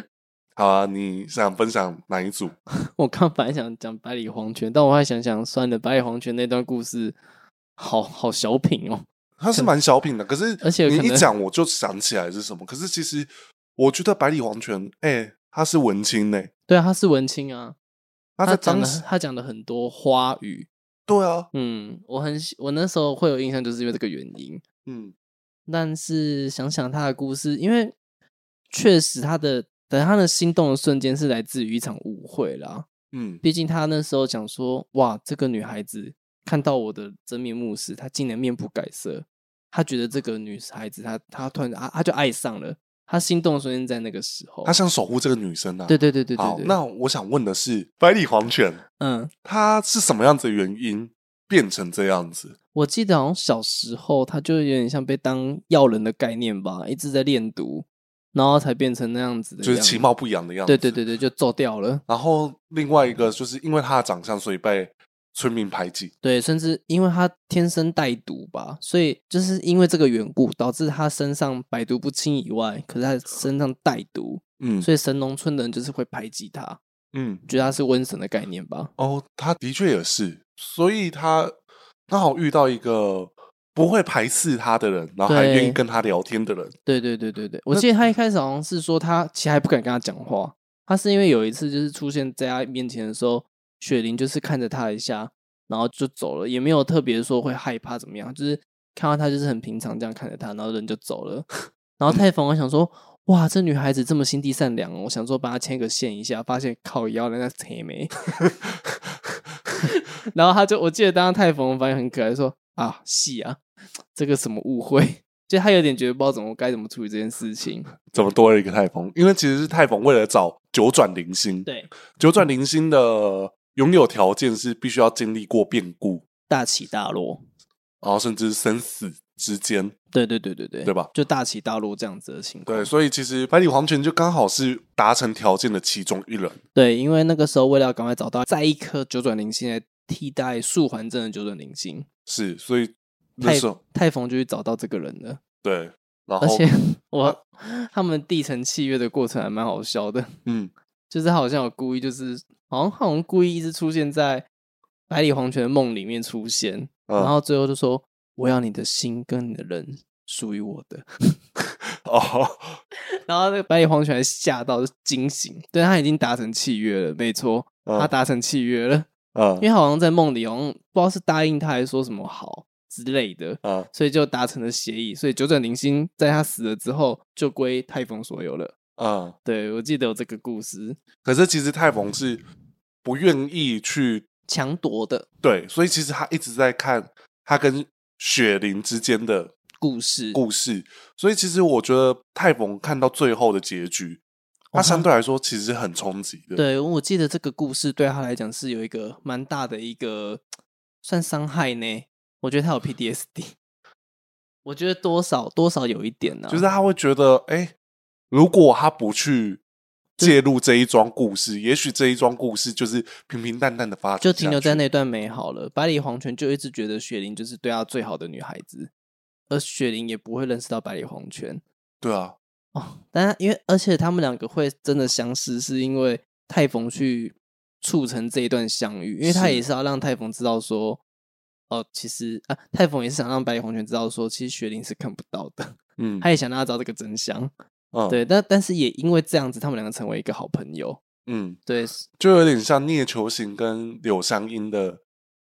S2: 好啊，你想分享哪一组？
S1: 我刚本来想讲百里黄泉，但我还想想，算了，百里黄泉那段故事好好小品哦。
S2: 它是蛮小品的，可是
S1: 而且
S2: 你
S1: 可
S2: 一
S1: 能
S2: 讲我就想起来是什么。可是其实我觉得百里黄泉，哎、他是文青呢、
S1: 对啊，他是文青啊，
S2: 他在
S1: 讲
S2: 当
S1: 了
S2: 时
S1: 他讲了很多花语，
S2: 对啊，
S1: 嗯，我很喜我那时候会有印象，就是因为这个原因。
S2: 嗯，
S1: 但是想想他的故事，因为确实他的等他的心动的瞬间是来自于一场误会啦。
S2: 嗯，
S1: 毕竟他那时候讲说，哇，这个女孩子看到我的真面目时，她竟然面不改色，她觉得这个女孩子，她她突然她她就爱上了，她心动的瞬间在那个时候。
S2: 他想守护这个女生啊。
S1: 哦对对对对对
S2: 好，
S1: 对，
S2: 那我想问的是，百里黄泉
S1: 嗯，
S2: 它是什么样子的原因变成这样子？
S1: 我记得好像小时候她就有点像被当药人的概念吧，一直在练毒，然后才变成那样子的
S2: 就是
S1: 样子
S2: 其貌不扬的样子。
S1: 对对。对对，就揍掉了。
S2: 然后另外一个就是因为他的长相，所以被村民排挤。
S1: 对，甚至因为他天生带毒吧，所以就是因为这个缘故，导致他身上百毒不侵以外，可是他身上带毒，
S2: 嗯
S1: 所以神农村的人就是会排挤他，
S2: 嗯，
S1: 觉得他是瘟神的概念吧。
S2: 哦，他的确也是，所以他刚好遇到一个不会排斥他的人，然后还
S1: 对
S2: 愿意跟他聊天的人。
S1: 对对对对对，我
S2: 那
S1: 记得他一开始好像是说他其实还不敢跟他讲话，他是因为有一次就是出现在他面前的时候，雪玲就是看着他一下，然后就走了，也没有特别说会害怕怎么样，就是看到他就是很平常这样看着他，然后人就走了。 然后太冯我想说，哇，这女孩子这么心地善良哦，我想说帮她牵个线一下，发现靠腰人家扯没。 然后他就我记得当时太冯反应很可爱，说啊戏啊，这个什么误会，就他有点觉得不知道怎么该怎么处理这件事情。
S2: 怎么多了一个泰冯？因为其实是泰冯为了找九转零星，
S1: 对，
S2: 九转零星的拥有条件是必须要经历过变故，
S1: 大起大落，
S2: 然后甚至生死之间。
S1: 对对对对对，
S2: 对吧
S1: 就大起大落这样子的情况。
S2: 对，所以其实百里黄泉就刚好是达成条件的其中一人。
S1: 对，因为那个时候为了要赶快找到再一颗九转零星来替代素环真的九转零星，
S2: 是，所以那
S1: 太
S2: 时候哦
S1: 太冯就去找到这个人了。
S2: 对，然
S1: 而
S2: 后
S1: 且
S2: 啊
S1: 我他们缔成契约的过程还蛮好笑的，
S2: 嗯，
S1: 就是他好像有故意，就是好像好像故意一直出现在百里黄泉的梦里面出现，然
S2: 嗯
S1: 后最后就说我要你的心跟你的人属于我的，
S2: 哦，
S1: 然后那个白眼黄犬还吓到就惊醒，对他已经达成契约了，没错，
S2: 嗯
S1: 他达成契约了，
S2: 嗯
S1: 因为好像在梦里好像不知道是答应他还是说什么好之类的，
S2: 嗯，
S1: 所以就达成了协议，所以九转零星在他死了之后就归泰丰所有了。
S2: 嗯，
S1: 对我记得有这个故事，
S2: 可是其实泰冯是不愿意去
S1: 强夺的
S2: 对，所以其实他一直在看他跟雪玲之间的
S1: 故事，
S2: 故事，所以其实我觉得泰冯看到最后的结局，
S1: 哦
S2: 他
S1: 他
S2: 相对来说其实很冲击的。，
S1: 对，我记得这个故事对他来讲是有一个蛮大的一个算伤害呢。我觉得他有 PTSD，我觉得多少多少有一点啊呢、
S2: 就是他会觉得，哎、如果他不去介入这一桩故事，也许这一桩故事就是平平淡淡的发展，
S1: 就停留在。那段美好了。百里黄泉就一直觉得雪玲就是对他最好的女孩子，而雪玲也不会认识到百里黄泉
S2: 对啊，
S1: 哦。但因为而且他们两个会真的相识，是因为泰冯去促成这一段相遇，因为他
S2: 是
S1: 也是要让泰冯知道说。哦，其实啊，泰冯也是想让百里黄泉知道说，其实雪玲是看不到的。
S2: 嗯，
S1: 他也想让他知道这个真相，
S2: 嗯，
S1: 对，但但是也因为这样子，他们两个成为一个好朋友，
S2: 嗯，
S1: 对，
S2: 就有点像聂球行跟柳湘音的，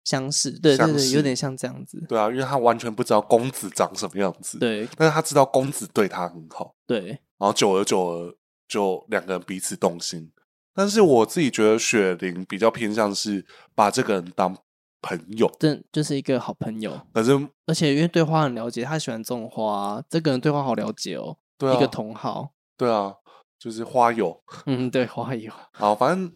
S1: 相似，对对
S2: 相
S1: 对，
S2: 似
S1: 有点像这样子，
S2: 对啊，因为他完全不知道公子长什么样子，，
S1: 对
S2: 但是他知道公子对他很好，
S1: 对，
S2: 然后久而久而就两个人彼此动心。但是我自己觉得雪玲比较偏向是把这个人当朋友，
S1: 这就是一个好朋友，
S2: 可是
S1: 而且因为对花很了解，他喜欢种花，这个人对花好了解哦，
S2: 对啊，
S1: 一个同好，
S2: 对啊，就是花友。
S1: 嗯，对，花友，
S2: 好，反正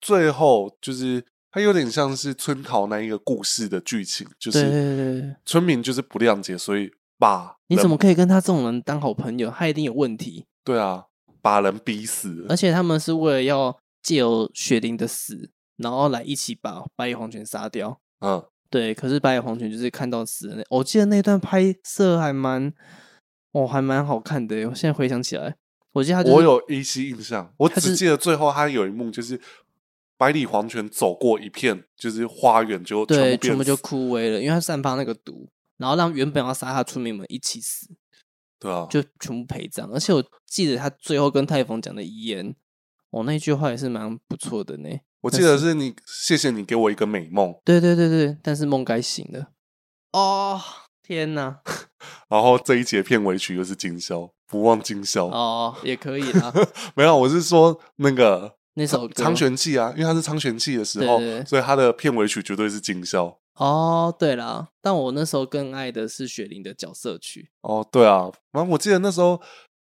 S2: 最后就是它有点像是春桃那一个故事的剧情，就
S1: 对对
S2: 是
S1: 对对对，
S2: 村民就是不谅解，所以把
S1: 你
S2: 人
S1: 怎么可以跟他这种人当好朋友？他一定有问题，
S2: 对啊，把人逼死
S1: 而且他们是为了要借由雪玲的死，然后来一起把白夜黄泉杀掉，
S2: 嗯，
S1: 对，可是白眼黄泉就是看到死人那，我记得那段拍摄还蛮，哦，还蛮好看的耶。我现在回想起来，我记得他就是、
S2: 我有依稀印象，我
S1: 它
S2: 只
S1: 是
S2: 记得最后他有一幕就是百里黄泉走过一片就是花园，就
S1: 对
S2: 部变
S1: 全部就
S2: 死
S1: 枯萎了，因为他散发那个毒，然后让原本要杀他的村民们一起死，
S2: 对啊，
S1: 就全部陪葬。而且我记得他最后跟泰冯讲的遗言，哦，那一句话也是蛮不错的呢。
S2: 我记得是你，谢谢你给我一个美梦，
S1: 对对对对，但是梦该醒了。哦，天哪！
S2: 然后这一节片尾曲又是今宵，不忘今宵。
S1: 哦，也可以啦。
S2: 没有，我是说那个
S1: 那首歌
S2: 苍玄记》啊，因为它是《苍玄记》的时候，
S1: 对对对
S2: 所以它的片尾曲绝对是今宵。
S1: 哦，对啦，但我那时候更爱的是雪玲的角色曲。
S2: 哦，对啊，反正我记得那时候，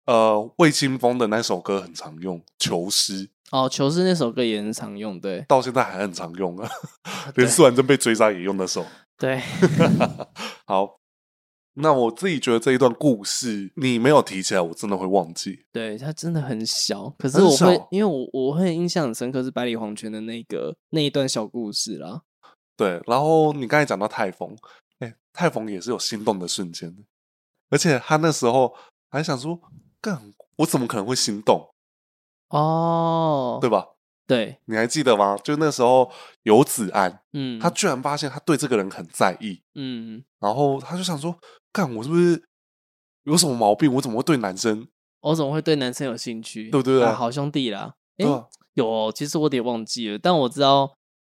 S2: 呃，魏清风的那首歌很常用，《求诗》
S1: 哦，球是那首歌也很常用，对
S2: 到现在还很常用啊，
S1: 对
S2: 连苏婉珍被追杀也用那首。
S1: 对，
S2: 好，那我自己觉得这一段故事你没有提起来，我真的会忘记。
S1: 对，它真的很小，可是
S2: 很
S1: 我会
S2: 小，
S1: 因为我我会印象很深刻是百里黄泉的那个那一段小故事啦。
S2: 对，然后你刚才讲到泰冯，哎，泰冯也是有心动的瞬间，而且他那时候还想说，干，我怎么可能会心动，
S1: 哦，
S2: 对吧？
S1: 对，
S2: 你还记得吗？就那时候游子安，
S1: 嗯，
S2: 他居然发现他对这个人很在意，
S1: 嗯，
S2: 然后他就想说：“干，我是不是有什么毛病？我怎么会对男生？
S1: 我怎么会对男生有兴趣？
S2: 对不对
S1: 啊好兄弟啦，诶
S2: 对吧？
S1: 有哦、其实我有点忘记了，但我知道，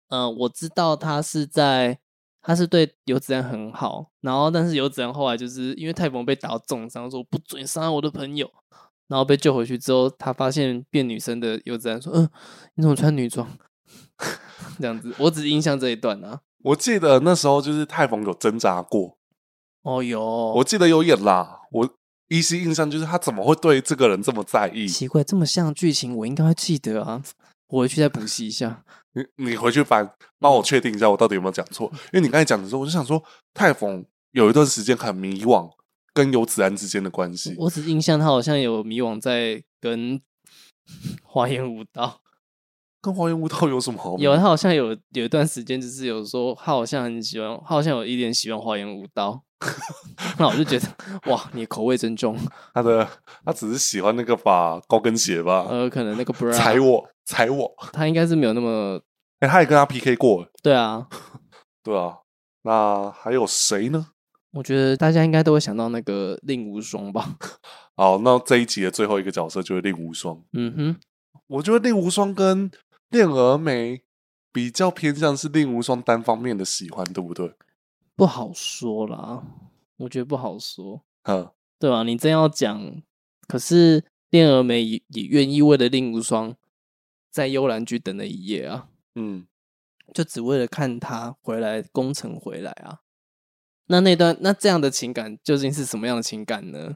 S1: 呃，我知道他是在，他是对游子安很好，然后但是游子安后来就是因为泰冯被打到重伤，说不准伤害我的朋友，然后被救回去之后，他发现变女生的游子安说，嗯、你怎么穿女装？ 这样子，我只印象这一段啊。
S2: 我记得那时候就是泰冯有挣扎过，
S1: 哦哟，
S2: 我记得有演啦。我依稀印象就是他怎么会对这个人这么在意？
S1: 奇怪，这么像剧情，我应该会记得啊，我回去再补习一下。
S2: 你你回去翻，帮我确定一下我到底有没有讲错。
S1: 嗯
S2: 因为你刚才讲的时候，我就想说泰冯有一段时间很迷惘，跟游子安之间的关系。
S1: 我只印象他好像有迷惘在跟 花言舞蹈，
S2: 跟黄猿舞蹈有什么好迷
S1: 有啊他好像有有一段时间就是有说他好像很喜欢，他好像有一点喜欢花言舞蹈，那我就觉得哇，你的口味真重，
S2: 他的他只是喜欢那个吧，高跟鞋吧，
S1: 呃，可能那个 bra
S2: 踩我踩我，
S1: 他应该是没有那么
S2: 哎、他也跟他 PK 过，
S1: 对啊，
S2: 对啊，那还有谁呢？
S1: 我觉得大家应该都会想到那个令无双吧，
S2: 好，那这一集的最后一个角色就是令无双。
S1: 嗯哼，
S2: 我觉得令无双跟练峨眉比较偏向是令无双单方面的喜欢，对不对？
S1: 不好说啦，我觉得不好说，
S2: 嗯，
S1: 对吧、你真要讲，可是练峨眉也也愿意为了令无双在幽兰居等了一夜啊，
S2: 嗯，
S1: 就只为了看他回来攻城回来啊。那那段那这样的情感究竟是什么样的情感呢？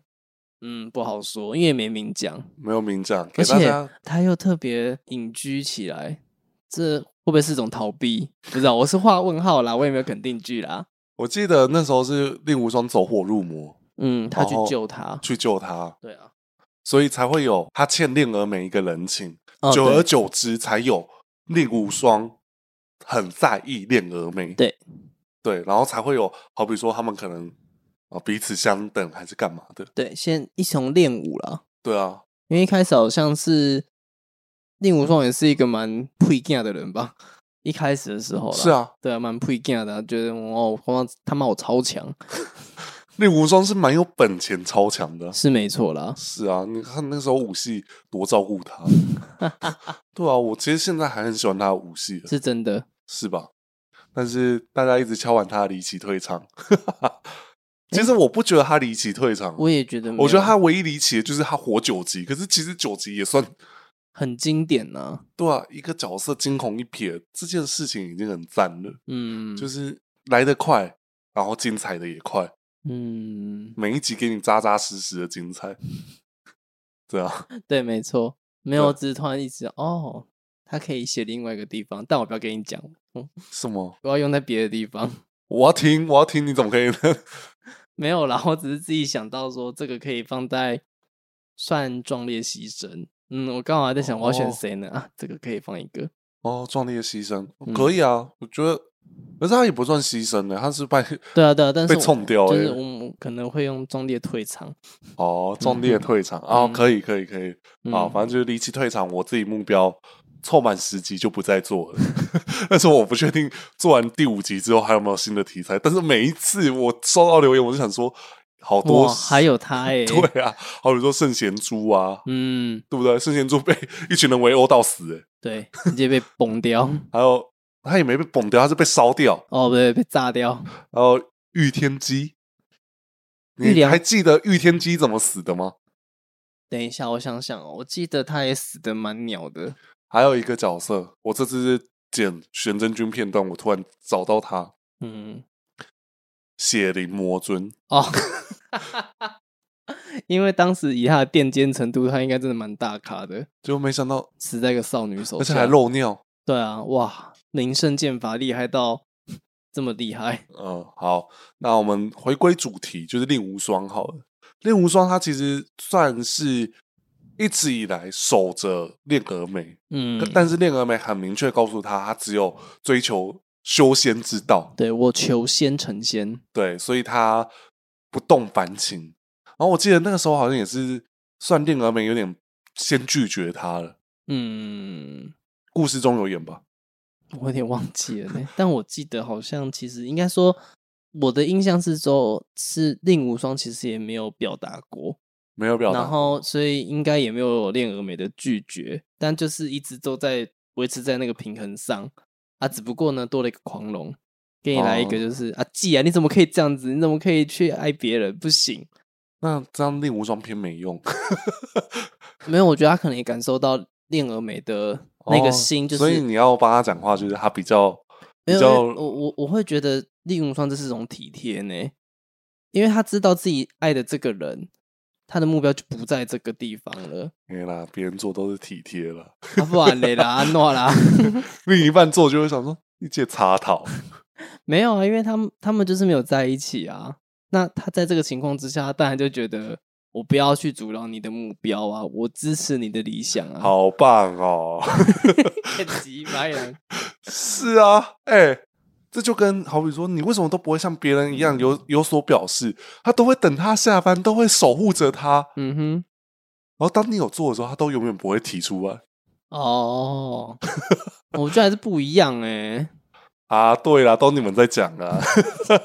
S1: 嗯，不好说，因为没明讲。
S2: 没有明讲，给
S1: 而
S2: 大
S1: 且
S2: 家
S1: 他又特别隐居起来，这会不会是种逃避？不知道，我是画问号啦，我也没有肯定句啦。
S2: 我记得那时候是令无双走火入魔
S1: 嗯，他去
S2: 然后
S1: 救他，
S2: 去救他，
S1: 对啊，
S2: 所以才会有他欠练峨眉一个人情，
S1: 哦
S2: 久而
S1: 对
S2: 久之才有令无双很在意练峨眉，
S1: 对
S2: 对，然后才会有好比说他们可能啊、呃彼此相等还是干嘛的，
S1: 对，先一从练武啦，
S2: 对啊，
S1: 因为一开始好像是
S2: 嗯
S1: 令武双也是一个蛮配劲的人吧，一开始的时候啦，
S2: 是，啊，
S1: 对啊，蛮配劲的啊、觉得哦，他妈他妈我超强，
S2: 令无双是蛮有本钱超强的啊，
S1: 是没错啦，
S2: 是啊，你看那时候武戏多照顾他， 对啊，我其实现在还很喜欢他的武戏，
S1: 是真的，
S2: 是吧？但是大家一直敲完他的离奇 退场，其实我不觉得他离奇退场，
S1: 我也觉得没有，
S2: 我觉得他唯一离奇的就是他活九集，可是其实九集也算
S1: 很经典呐、
S2: 对啊，一个角色惊鸿一瞥这件事情已经很赞了，
S1: 嗯，
S2: 就是是来得快，然后精彩的也快，
S1: 嗯，
S2: 每一集给你扎扎实实的精彩， 对啊，
S1: 对，没错，没有，
S2: 对啊
S1: 只是突然一直哦，他可以写另外一个地方，但我不要跟你讲，嗯
S2: 什么？
S1: 我要用在别的地方。
S2: 我要听，我要听，你怎么可以呢？
S1: 没有啦，我只是自己想到说这个可以放在算壮烈牺牲。嗯，我刚好还在想我要选
S2: 哦
S1: 谁呢、啊？这个可以放一个，
S2: 哦，壮烈的牺牲、
S1: 嗯
S2: 可以啊，我觉得，可是他也不算牺牲的，他是被
S1: 对啊，对啊，但是
S2: 被
S1: 我
S2: 冲掉
S1: 就
S2: 欸
S1: 是我可能会用壮烈退场。
S2: 哦壮烈退场啊、哦
S1: 嗯，
S2: 可以可以可以啊、
S1: 嗯
S2: 反正就是离奇退场，我自己目标凑满十集就不再做了， 但是我不确定做完第五集之后还有没有新的题材，但是每一次我收到留言，我就想说，好多
S1: 哇，还有他哎、
S2: 对啊，好比说圣贤猪啊，
S1: 嗯，
S2: 对不对？圣贤猪被 一群人围殴到死、欸，
S1: 对，直接被崩掉，
S2: 还有他也没被崩掉，他是被烧掉。
S1: 哦，不对，被炸掉。
S2: 然后御天机，
S1: 御
S2: 你
S1: 良
S2: 还记得御天机怎么死的吗？
S1: 等一下，我想想哦，我记得他也死的蛮鸟的。
S2: 还有一个角色，我这次是剪玄真君片段，我突然找到他
S1: 嗯，
S2: 血灵魔尊，
S1: 哦， 因为当时以他的垫肩程度，他应该真的蛮大咖的，
S2: 结果没想到，
S1: 死在一个少女手
S2: 而且
S1: 下，
S2: 还漏尿。
S1: 对啊，哇，林胜剑法厉害到 这么厉害，
S2: 嗯，好，那我们回归主题，就是令无双好了。令无双他其实算是一直以来守着练峨眉，
S1: 嗯
S2: 可，但是练峨眉很明确告诉他，他只有追求修仙之道，
S1: 对我求仙成仙，
S2: 对，所以他不动凡情。然后我记得那个时候好像也是算令峨眉有点先拒绝他了，
S1: 嗯，
S2: 故事中有演吧？
S1: 我有点忘记了呢，但我记得好像其实应该说，我的印象是说，是令无双其实也没有表达过，
S2: 没有表达。
S1: 然后所以应该也没有练峨眉的拒绝，但就是一直都在维持在那个平衡上啊，只不过呢多了一个狂龙，给你来一个
S2: 哦
S1: 就是、啊，既然你怎么可以这样子？你怎么可以去爱别人？不行。
S2: 那这样令无双偏没用，
S1: 没有，我觉得他可能也感受到练峨眉的 那个
S2: 哦
S1: 心，就
S2: 所以
S1: 是
S2: 你要帮他讲话，就是他比较
S1: 没
S2: 比
S1: 有因为
S2: 较
S1: 我我我会觉得令无双这是一种体贴呢，因为他知道自己爱的这个人，他的目标就不在这个地方 了，
S2: 没啦，别人做都是体贴了，
S1: 啊不然嘞啦，啊诺啦，
S2: 另一半做就会想说你借插讨，
S1: 没有啊，因为他们他们就是没有在一起啊，那他在这个情况之下，他当然就觉得我不要去阻挠你的目标啊，我支持你的理想啊，，
S2: 好棒哦！
S1: 急白啊人，
S2: 是啊，哎、这就跟好比说，你为什么都不会像别人一样有有所表示？他都会等他下班，都会守护着他。
S1: 嗯哼，
S2: 然后当你有做的时候，他都永远不会提出来
S1: 哦，我觉得还是不一样哎、
S2: 啊。对啦，都你们在讲啊啦。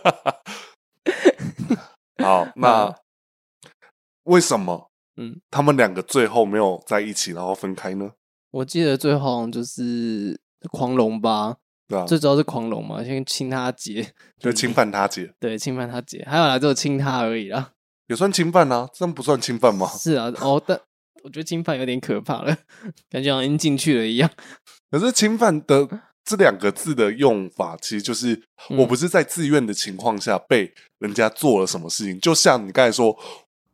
S2: 好，那
S1: 啊
S2: 为什么
S1: 嗯，
S2: 他们两个最后没有在一起，然后分开呢？
S1: 我记得最后好像就是狂龙吧，
S2: 对吧、
S1: 最主要是狂龙嘛，先亲他姐，嗯
S2: 就侵犯他姐，
S1: 对，侵犯他姐，还有啦，就亲他而已啦。
S2: 也算侵犯啊，这样不算侵犯吗？
S1: 是啊，哦，但我觉得侵犯有点可怕了，感觉好像已经进去了一样。
S2: 可是侵犯的这两个字的用法，其实就是
S1: 嗯
S2: 我不是在自愿的情况下被人家做了什么事情，就像你刚才说。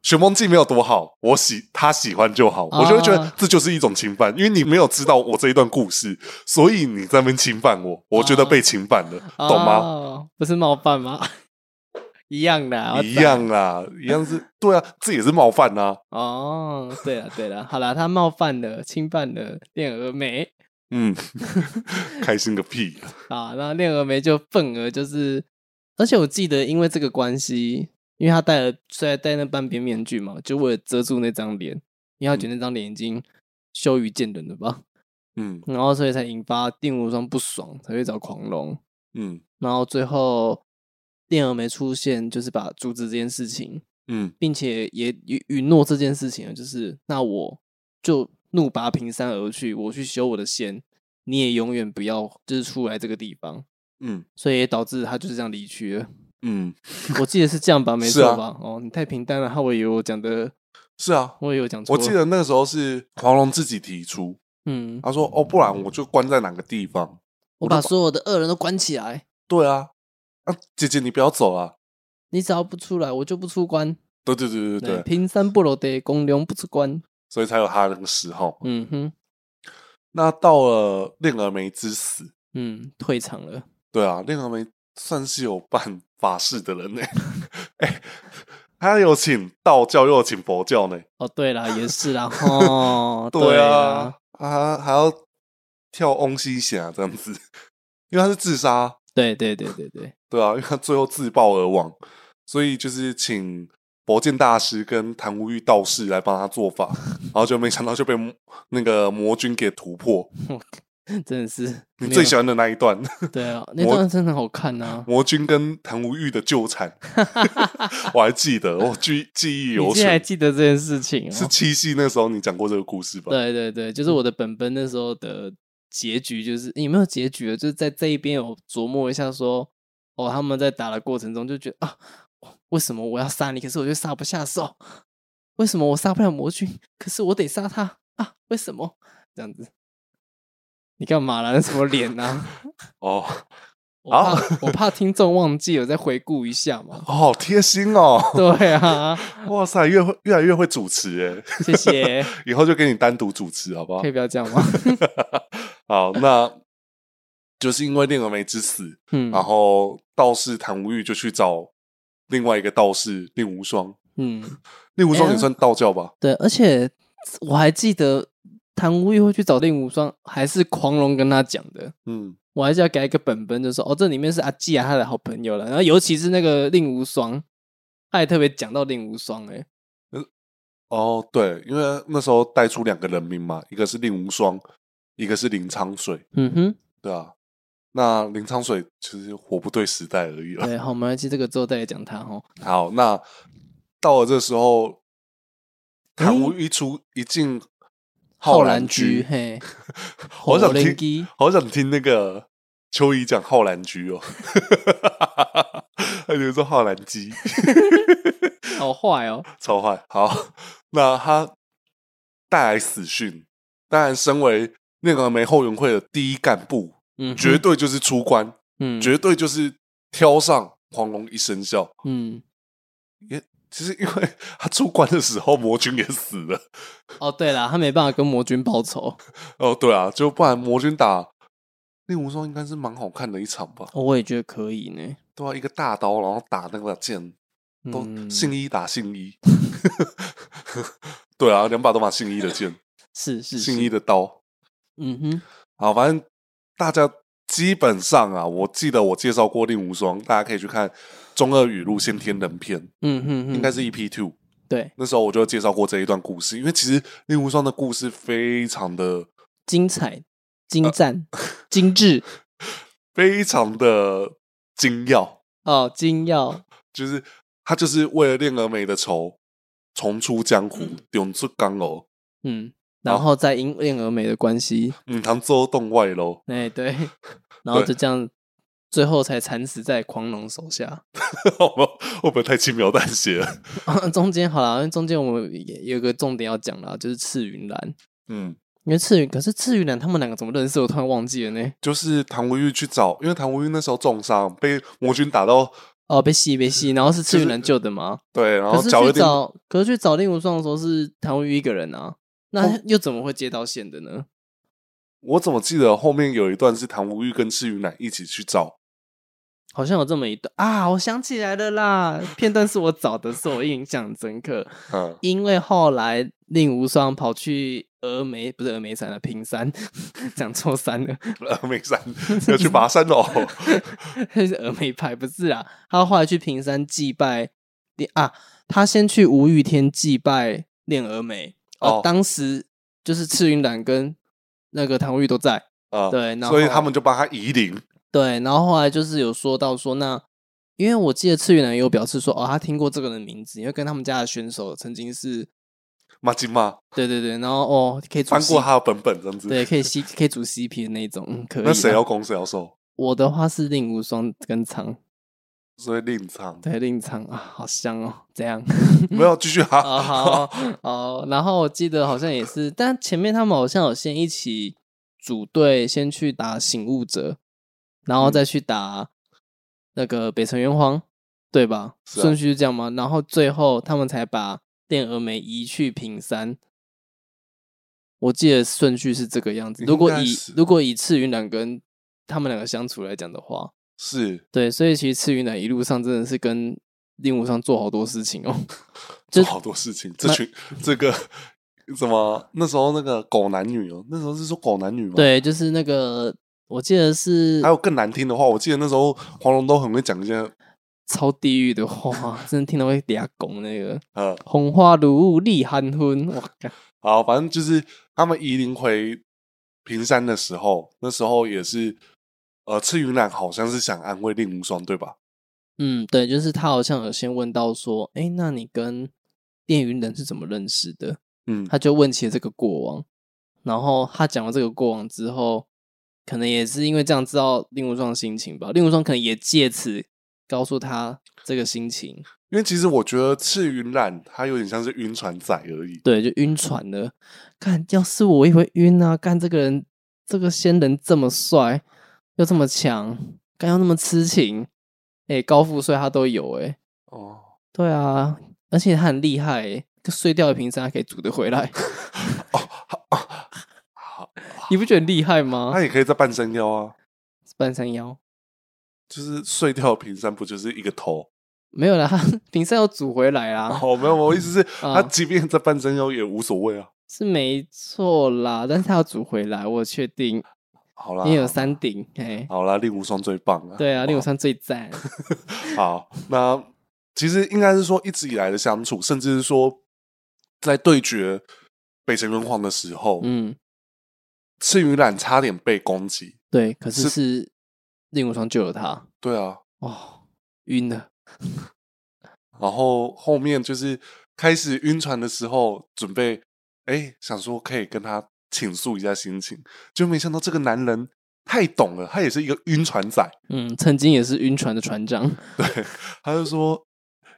S2: 寻梦记没有多好，我喜他喜欢就好，
S1: 啊
S2: 我就会觉得这就是一种侵犯，因为你没有知道我这一段故事，所以你在那边侵犯我，我觉得被侵犯了，懂吗？
S1: 哦不是冒犯吗？ 一样的啊，我
S2: 一
S1: 懂
S2: 样啦，一样是对啊，这也是冒犯啊，
S1: 哦。对了对了，好了，他冒犯了、侵犯了恋峨眉
S2: 嗯， 开心个屁！
S1: 啊，那恋峨眉就愤而就是，而且我记得因为这个关系，因为他戴了虽然戴那半边面具嘛，就为了遮住那张脸，因为他觉得那张脸已经羞于见人了吧，
S2: 嗯
S1: 然后所以才引发定无双不爽，才会找狂龙。
S2: 嗯
S1: 然后最后电儿没出现，就是把阻止这件事情，
S2: 嗯
S1: 并且也允允诺这件事情，就是那我就怒拔平山而去，我去修我的仙，你也永远不要就是出来这个地方，
S2: 嗯
S1: 所以也导致他就是这样离去了。
S2: 嗯，
S1: 我记得是这样 吧，没
S2: 是
S1: 错
S2: 啊
S1: 吧？哦，你太平淡了，害我以为我讲的，
S2: 是啊，
S1: 我以为我讲错
S2: 我
S1: 了。
S2: 记，得那个时候是黄龙自己提出，
S1: 嗯，
S2: 他说：“哦，不然我就关在哪个地方
S1: 我把所有的恶人都关起来，？”
S2: 对啊，啊，姐姐你不要走啊！
S1: 你只要不出来，我就不出关。
S2: 对对对对对，
S1: 平山不落地，公牛不出关。
S2: 所以才有他那个时候。
S1: 嗯哼，
S2: 那到了令峨眉之死，
S1: 嗯，退场了。
S2: 对啊，令峨眉算是有办法事的人呢、 哎、他有请道教，又有请佛教呢、
S1: 哦，对啦，也是啦， 哦，
S2: 对
S1: 啦
S2: 啊，，啊还要跳翁西峡这样子， 因为他是自杀，
S1: 对对对对对，
S2: 对啊，因为他最后自爆而亡，所以就是请佛剑大师跟谭无欲道士来帮他做法，然后就没想到就被魔那个魔君给突破。
S1: 真的是
S2: 你
S1: 没
S2: 最
S1: 有
S2: 喜欢的那一段，
S1: 对啊，那
S2: 我
S1: 段真的好看啊呐、
S2: 魔君跟谭无欲的纠 缠，我还记得，我记记忆
S1: 你
S2: 犹
S1: 竟然还
S2: 存。
S1: 记得这件事情哦
S2: 是？七夕那时候你讲过这个故事吧？
S1: 对对对，就是我的本本那时候的结局，就是有没有结局了？就是在这一边有琢磨一下说，哦，他们在打的过程中就觉得啊，为什么我要杀你？可是我就杀不下手，为什么我杀不了魔君？可是我得杀他啊？为什么这样子？你干嘛啦？那什么脸呐、啊？
S2: 哦，
S1: 我
S2: 好。
S1: 怕我怕听众忘记，我再回顾一下嘛
S2: 哦好贴心哦！
S1: 对啊，
S2: 哇塞，越会越来越会主持哎，
S1: 谢谢，
S2: 以后就给你单独主持好不好
S1: 可以？不要这样吗？
S2: 好，那就是因为令峨眉之死，
S1: 嗯，
S2: 然后道士谭无欲就去找另外一个道士令无双，
S1: 嗯，
S2: 令无双
S1: 哎
S2: 也
S1: 呀
S2: 算道教吧？
S1: 对，而且我还记得谭无欲会去找令无双，还是狂龙跟他讲的。
S2: 嗯，
S1: 我还是要给他一个本本，就说哦，这里面是阿季啊，他的好朋友了。然后尤其是那个令无双，他也特别讲到令无双、欸，哎，
S2: 哦，对，因为那时候带出两个人名嘛，一个是令无双，一个是林昌水，
S1: 嗯哼，
S2: 对啊。那林昌水其实活不对时代而已了。
S1: 对，好，我们来记这个之后再来讲他哦。
S2: 好，那到了这时候，谭无
S1: 哎
S2: 欲一出一进
S1: 浩
S2: 浩
S1: 然
S2: 然
S1: 居，
S2: 居，
S1: 嘿，
S2: 好想
S1: 火灵
S2: 听
S1: 居
S2: 好想听那个秋怡讲浩然居哦， 他就说浩然鸡
S1: 好坏 哦，
S2: 超坏。好，那他带来死讯，当然身为那个梅后援会的第一干部，
S1: 嗯哼，
S2: 绝对就是出关，
S1: 嗯
S2: 绝对就是挑上黄龙一生效。
S1: 嗯。
S2: 其实因为他出关的时候，魔君也死了。
S1: 哦，对啦，他没办法跟魔君报仇。
S2: 哦，对啊，就不然魔君打令狐双应该是蛮好看的一场吧？
S1: 哦我也觉得可以呢。
S2: 对啊，一个大刀，然后打那个剑，都
S1: 嗯
S2: 信一打信一， 对啊，两把都把信一的剑，
S1: 是是
S2: 信
S1: 是，
S2: 一的刀，
S1: 嗯哼，
S2: 好，反正大家基本上啊，我记得我介绍过令无双，大家可以去看中二语录先天人篇，
S1: 嗯哼哼，
S2: 应该是 EP two，
S1: 对，
S2: 那时候我就介绍过这一段故事，因为其实令无双的故事非常的、
S1: 精彩、
S2: 呃
S1: 精 湛、精致
S2: 非常的精要，
S1: 哦，精要，
S2: 就是他就是为了练峨眉的仇，重出江湖，永出江湖。
S1: 嗯，然后再因恋而美的关系，
S2: 嗯，他们周动外喽，
S1: 哎、对，然后就这样，最后才惨死在狂龙手下。
S2: 好吗？会不会太轻描淡写了？
S1: 中间好了，因为中间我们也也有个重点要讲啦，就是赤云兰。
S2: 嗯，
S1: 因为赤云，可是赤云兰他们两个怎么认识？我突然忘记了呢。
S2: 就是唐无玉去找，因为唐无玉那时候重伤，被魔君打到
S1: 哦，被吸被吸，然后是赤
S2: 就是
S1: 云兰救的吗？
S2: 对，然后
S1: 可是
S2: 脚有
S1: 去
S2: 点
S1: 找，可是去找令狐霜的时候是谭无欲一个人啊，那
S2: 哦
S1: 又怎么会接到线的呢？
S2: 我怎么记得后面有一段是唐无玉跟赤云乃一起去找，
S1: 好像有这么一段啊，我想起来了啦，片段是我找的，是我印象深刻，
S2: 嗯，
S1: 因为后来令无双跑去峨眉，不是峨眉山了，平山， 讲错山了，
S2: 峨眉呃山要去跋山喽。
S1: 是峨眉派，不是啦，他后来去平山祭拜啊，他先去无欲天祭拜练峨眉，哦、
S2: 哦
S1: 当时就是赤云染跟那个唐无欲都在。
S2: 啊，
S1: 对然后
S2: 所以他们就帮他移灵，
S1: 对，然后后来就是有说到说那，因为我记得赤羽男有表示说，哦，他听过这个人的名字，因为跟他们家的选手曾经是，
S2: 马金嘛，
S1: 对对对，然后哦，可以组
S2: 翻过
S1: C-
S2: 他的本本这样子。
S1: 对，，可以 C 可以组 CP 的那一种，嗯，可以啦。
S2: 那谁哦要攻谁要受，
S1: 我的话是令无双跟苍，
S2: 所以另唱
S1: 对，令苍啊，好香哦，这样。
S2: 没有继续啊哈。
S1: 哦，好哦，然后我记得好像也是，但前面他们好像有先一起组队，先去打醒悟者，然后
S2: 嗯
S1: 再去打那个北辰元皇，对吧？
S2: 是啊
S1: 顺序是这样吗？然后最后他们才把电峨眉移去平山。我记得顺序是这个样子。如果
S2: 应该
S1: 以
S2: 是
S1: 如果以赤云染跟他们两个相处来讲的话，
S2: 是
S1: 对，所以其实赤云染一路上真的是跟令狐上做好多事情哦。就
S2: 做好多事情，这群这个什么那时候那个狗男女哦，那时候是说狗男女吗？，
S1: 对，就是那个，我记得是
S2: 还有更难听的话，我记得那时候黄龙都很会讲一些
S1: 超地狱的话， 真的听到会嗲拱那个
S2: 呃，
S1: “红花如雾立寒昏”，我干，
S2: 好，反正就是他们移灵回平山的时候，那时候也是，呃，赤云染好像是想安慰令无双，对吧？
S1: 嗯，对，就是他好像有先问到说，哎、那你跟电云人是怎么认识的？
S2: 嗯，
S1: 他就问起了这个过往，然后他讲了这个过往之后，可能也是因为这样知道令狐霜的心情吧，令狐霜可能也借此告诉他这个心情，
S2: 因为其实我觉得赤云染他有点像是晕船仔而已，
S1: 对，就晕船了。看，要是我也会晕啊！干这个人，这个仙人这么帅，又这么强，干又那么痴情，哎、高富帅他都有哎、
S2: 哦，
S1: 对啊，而且他很厉害哎、就碎掉的瓶身还可以组得回来， 你不觉得很厉害吗
S2: 他？也可以在半山腰啊，
S1: 半山腰
S2: 就是碎掉的平山不就是一个头？
S1: 没有啦， 他瓶身要组回来啊啦，
S2: 哦，没有，我意思是，
S1: 嗯
S2: 他即便在半山腰也无所谓啊。
S1: 是没错啦，但是他要组回来，我确定，
S2: 好啦，
S1: 因为有三顶哎、
S2: 好啦，令无双最棒啊。
S1: 对啊，令
S2: 好
S1: 武山最赞，
S2: 好，那其实应该是说一直以来的相处，甚至是说在对决北辰元皇的时候，
S1: 嗯，
S2: 赤羽染差点被攻击。
S1: 对，可是
S2: 是
S1: 是令武双救了他。
S2: 对啊，
S1: 哦，晕了。
S2: 然后后面就是开始晕船的时候，准备哎想说可以跟他倾诉一下心情，就没想到这个男人太懂了，他也是一个晕船仔。
S1: 嗯，曾经也是晕船的船长。
S2: 他就说，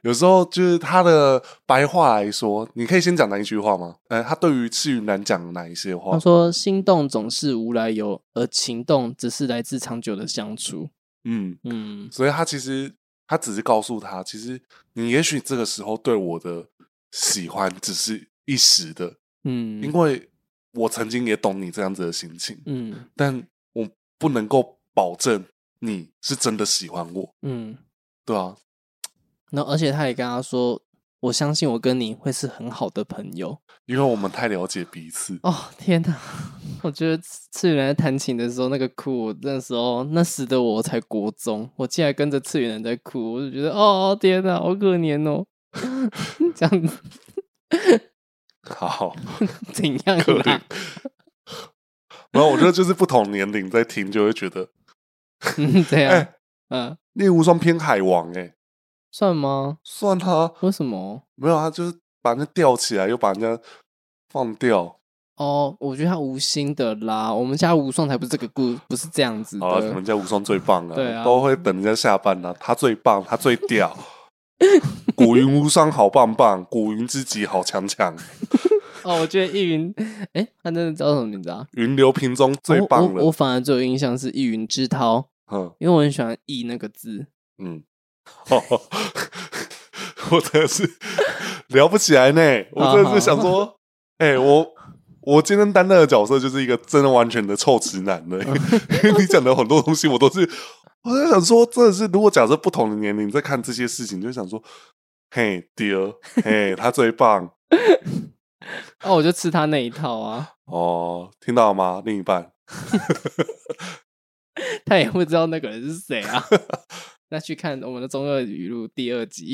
S2: 有时候就是他的白话来说，你可以先讲哪一句话吗？呃，他对于赤云男讲哪一些话
S1: 他？说：“心动总是无来由，而情动只是来自长久的相处。
S2: 嗯”，
S1: 嗯，
S2: 所以他其实他只是告诉他，其实你也许这个时候对我的喜欢只是一时的，
S1: 嗯，
S2: 因为我曾经也懂你这样子的心情，
S1: 嗯
S2: 但我不能够保证你是真的喜欢我，
S1: 嗯，
S2: 对啊，
S1: 然后而且他也跟他说：“我相信我跟你会是很好的朋友。
S2: 因为我们太了解彼此”。
S1: 哦，天哪！ 我觉得次元在弹琴的时候那个哭，我那时候那时的我才国中，我竟然跟着次元人在哭，我就觉得哦天哪，好可怜哦， 这样子
S2: 好，
S1: 怎样
S2: 可
S1: 啦
S2: 怜？然后我觉得就是不同年龄在听就会觉得，
S1: 嗯，这
S2: 哎、
S1: 样，嗯，
S2: 猎无双偏海王哎、
S1: 算吗？
S2: 算他
S1: 为什么？
S2: 没有他就是把人家吊起来，又把人家放掉。
S1: 哦，我觉得他无心的啦。我们家无双才不是这个故，不是这样子
S2: 好了，你
S1: 的
S2: 们。家无双最棒
S1: 对
S2: 了，
S1: 啊
S2: 都会等人家下班了。他最棒，他最 屌。古云无双好棒棒，古云之己好强强，
S1: 哦，我觉得易云，哎、他真的叫什么名字啊？哦
S2: 云流瓶中最棒
S1: 我我我
S2: 了。
S1: 反而最有印象是易云之涛，
S2: 嗯
S1: 因为我很喜欢“易”那个字。
S2: 嗯，哦， 我真的是聊不起来呢。我真的是想说，哎、我我今天担任的角色就是一个真的完全的臭直男的，因为你讲的很多东西，我都是我在想说，真的是如果假设不同的年龄在看这些事情，就想说，嘿，爹，嘿，他最棒
S1: 哦，我就吃他那一套啊，
S2: 哦，听到吗？另一半，
S1: 他也不知道那个人是谁 啊。那去看我们的中二语录第二集。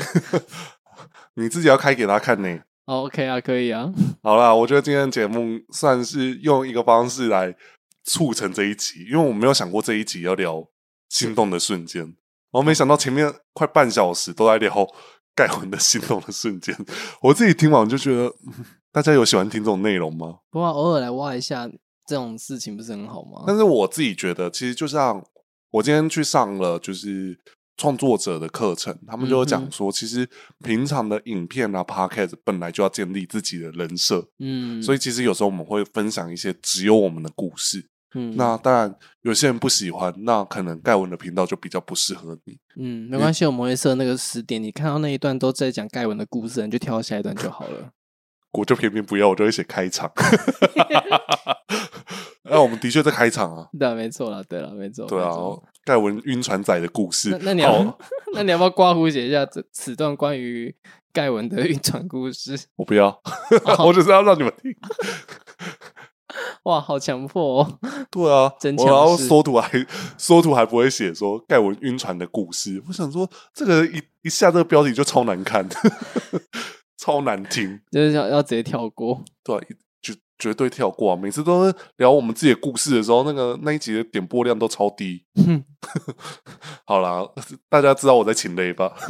S2: 你自己要开给他看呢、
S1: 哦，OK 啊，可以啊。
S2: 好啦，我觉得今天的节目算是用一个方式来促成这一集，因为我没有想过这一集要聊心动的瞬间，然后没想到前面快半小时都在聊盖文的心动的瞬间，我自己听完就觉得，嗯大家有喜欢听这种内容吗？
S1: 不过偶尔来挖一下这种事情，不是很好吗？
S2: 但是我自己觉得，其实就像我今天去上了就是创作者的课程，他们就有
S1: 嗯
S2: 讲
S1: 哼
S2: 说，其实平常的影片啊、podcast 本来就要建立自己的人设，
S1: 嗯，
S2: 所
S1: 以
S2: 以其实有时候我们会分享一些只有我们的故事。
S1: 嗯，
S2: 那当然，有些人不喜欢，那可能盖文的频道就比较不适合你。
S1: 嗯，没关系，我们会设那个时点，你看到那一段都在讲盖文的故事，你就跳下一段就好了。
S2: 我就偏偏不要，我就会写 开场。那、我们的确在开场啊，
S1: 对啊，没错啦，对啦，没错。
S2: 对
S1: 哦没
S2: 啊
S1: 错，
S2: 盖文晕船仔的故事
S1: 那。那你
S2: 好
S1: 要， 那你要不要刮胡写一下这此段关于盖文的 晕船故事？
S2: 我不要，
S1: 哦
S2: 我就是要让你们听。
S1: 哇，好强迫哦！
S2: 对啊，
S1: 真
S2: 我
S1: 强
S2: 然后
S1: 势
S2: 缩图还缩图还不会写说盖文晕船的故事。我想说，这个一一下这个标题就超难看， 超难听。
S1: 就是要要直接跳过。
S2: 对、啊，一绝绝对跳过、啊。每次都是聊我们自己的故事的时候，那个那一集的点播量都超低。
S1: 哼
S2: 好啦，大家知道我在请雷吧？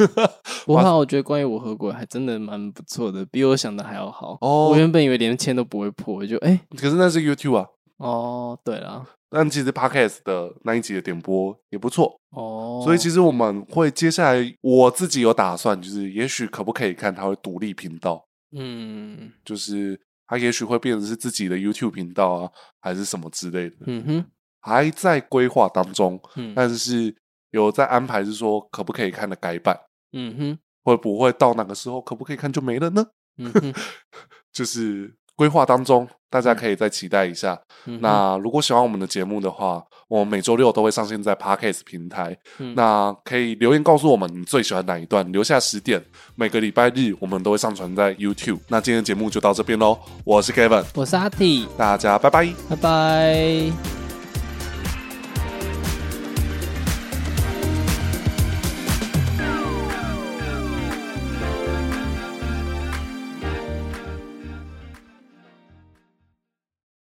S1: 不过我觉得关于我和鬼还真的蛮不错的，比我想的还要好。
S2: 哦
S1: 我原本以为连签都不会破，我就哎、
S2: 可是那是 YouTube 啊，
S1: 哦，对啦，
S2: 但其实 Podcast 的那一集的点播也不错。
S1: 哦，
S2: 所以其实我们会接下来，我自己有打算，就是也许可不可以看它会独立频道，
S1: 嗯
S2: 就是它也许会变成是自己的 YouTube 频道啊，还是什么之类的，
S1: 嗯哼
S2: 还在规划当中，
S1: 嗯
S2: 但是有在安排是说可不可以看的改版。
S1: 嗯哼
S2: 会不会到哪个时候可不可以看就没了呢？
S1: 嗯哼
S2: 就是规划当中，大家可以再期待一下。
S1: 嗯哼，
S2: 那如果喜欢我们的节目的话，我们每周六都会上线在 Podcast 平台。
S1: 嗯
S2: 那可以留言告诉我们你最喜欢哪一段，留下十点。每个礼拜日我们都会上传在 YouTube。那今天的节目就到这边喽，我是 Kevin，
S1: 我是阿 T，
S2: 大家拜拜。
S1: 拜拜。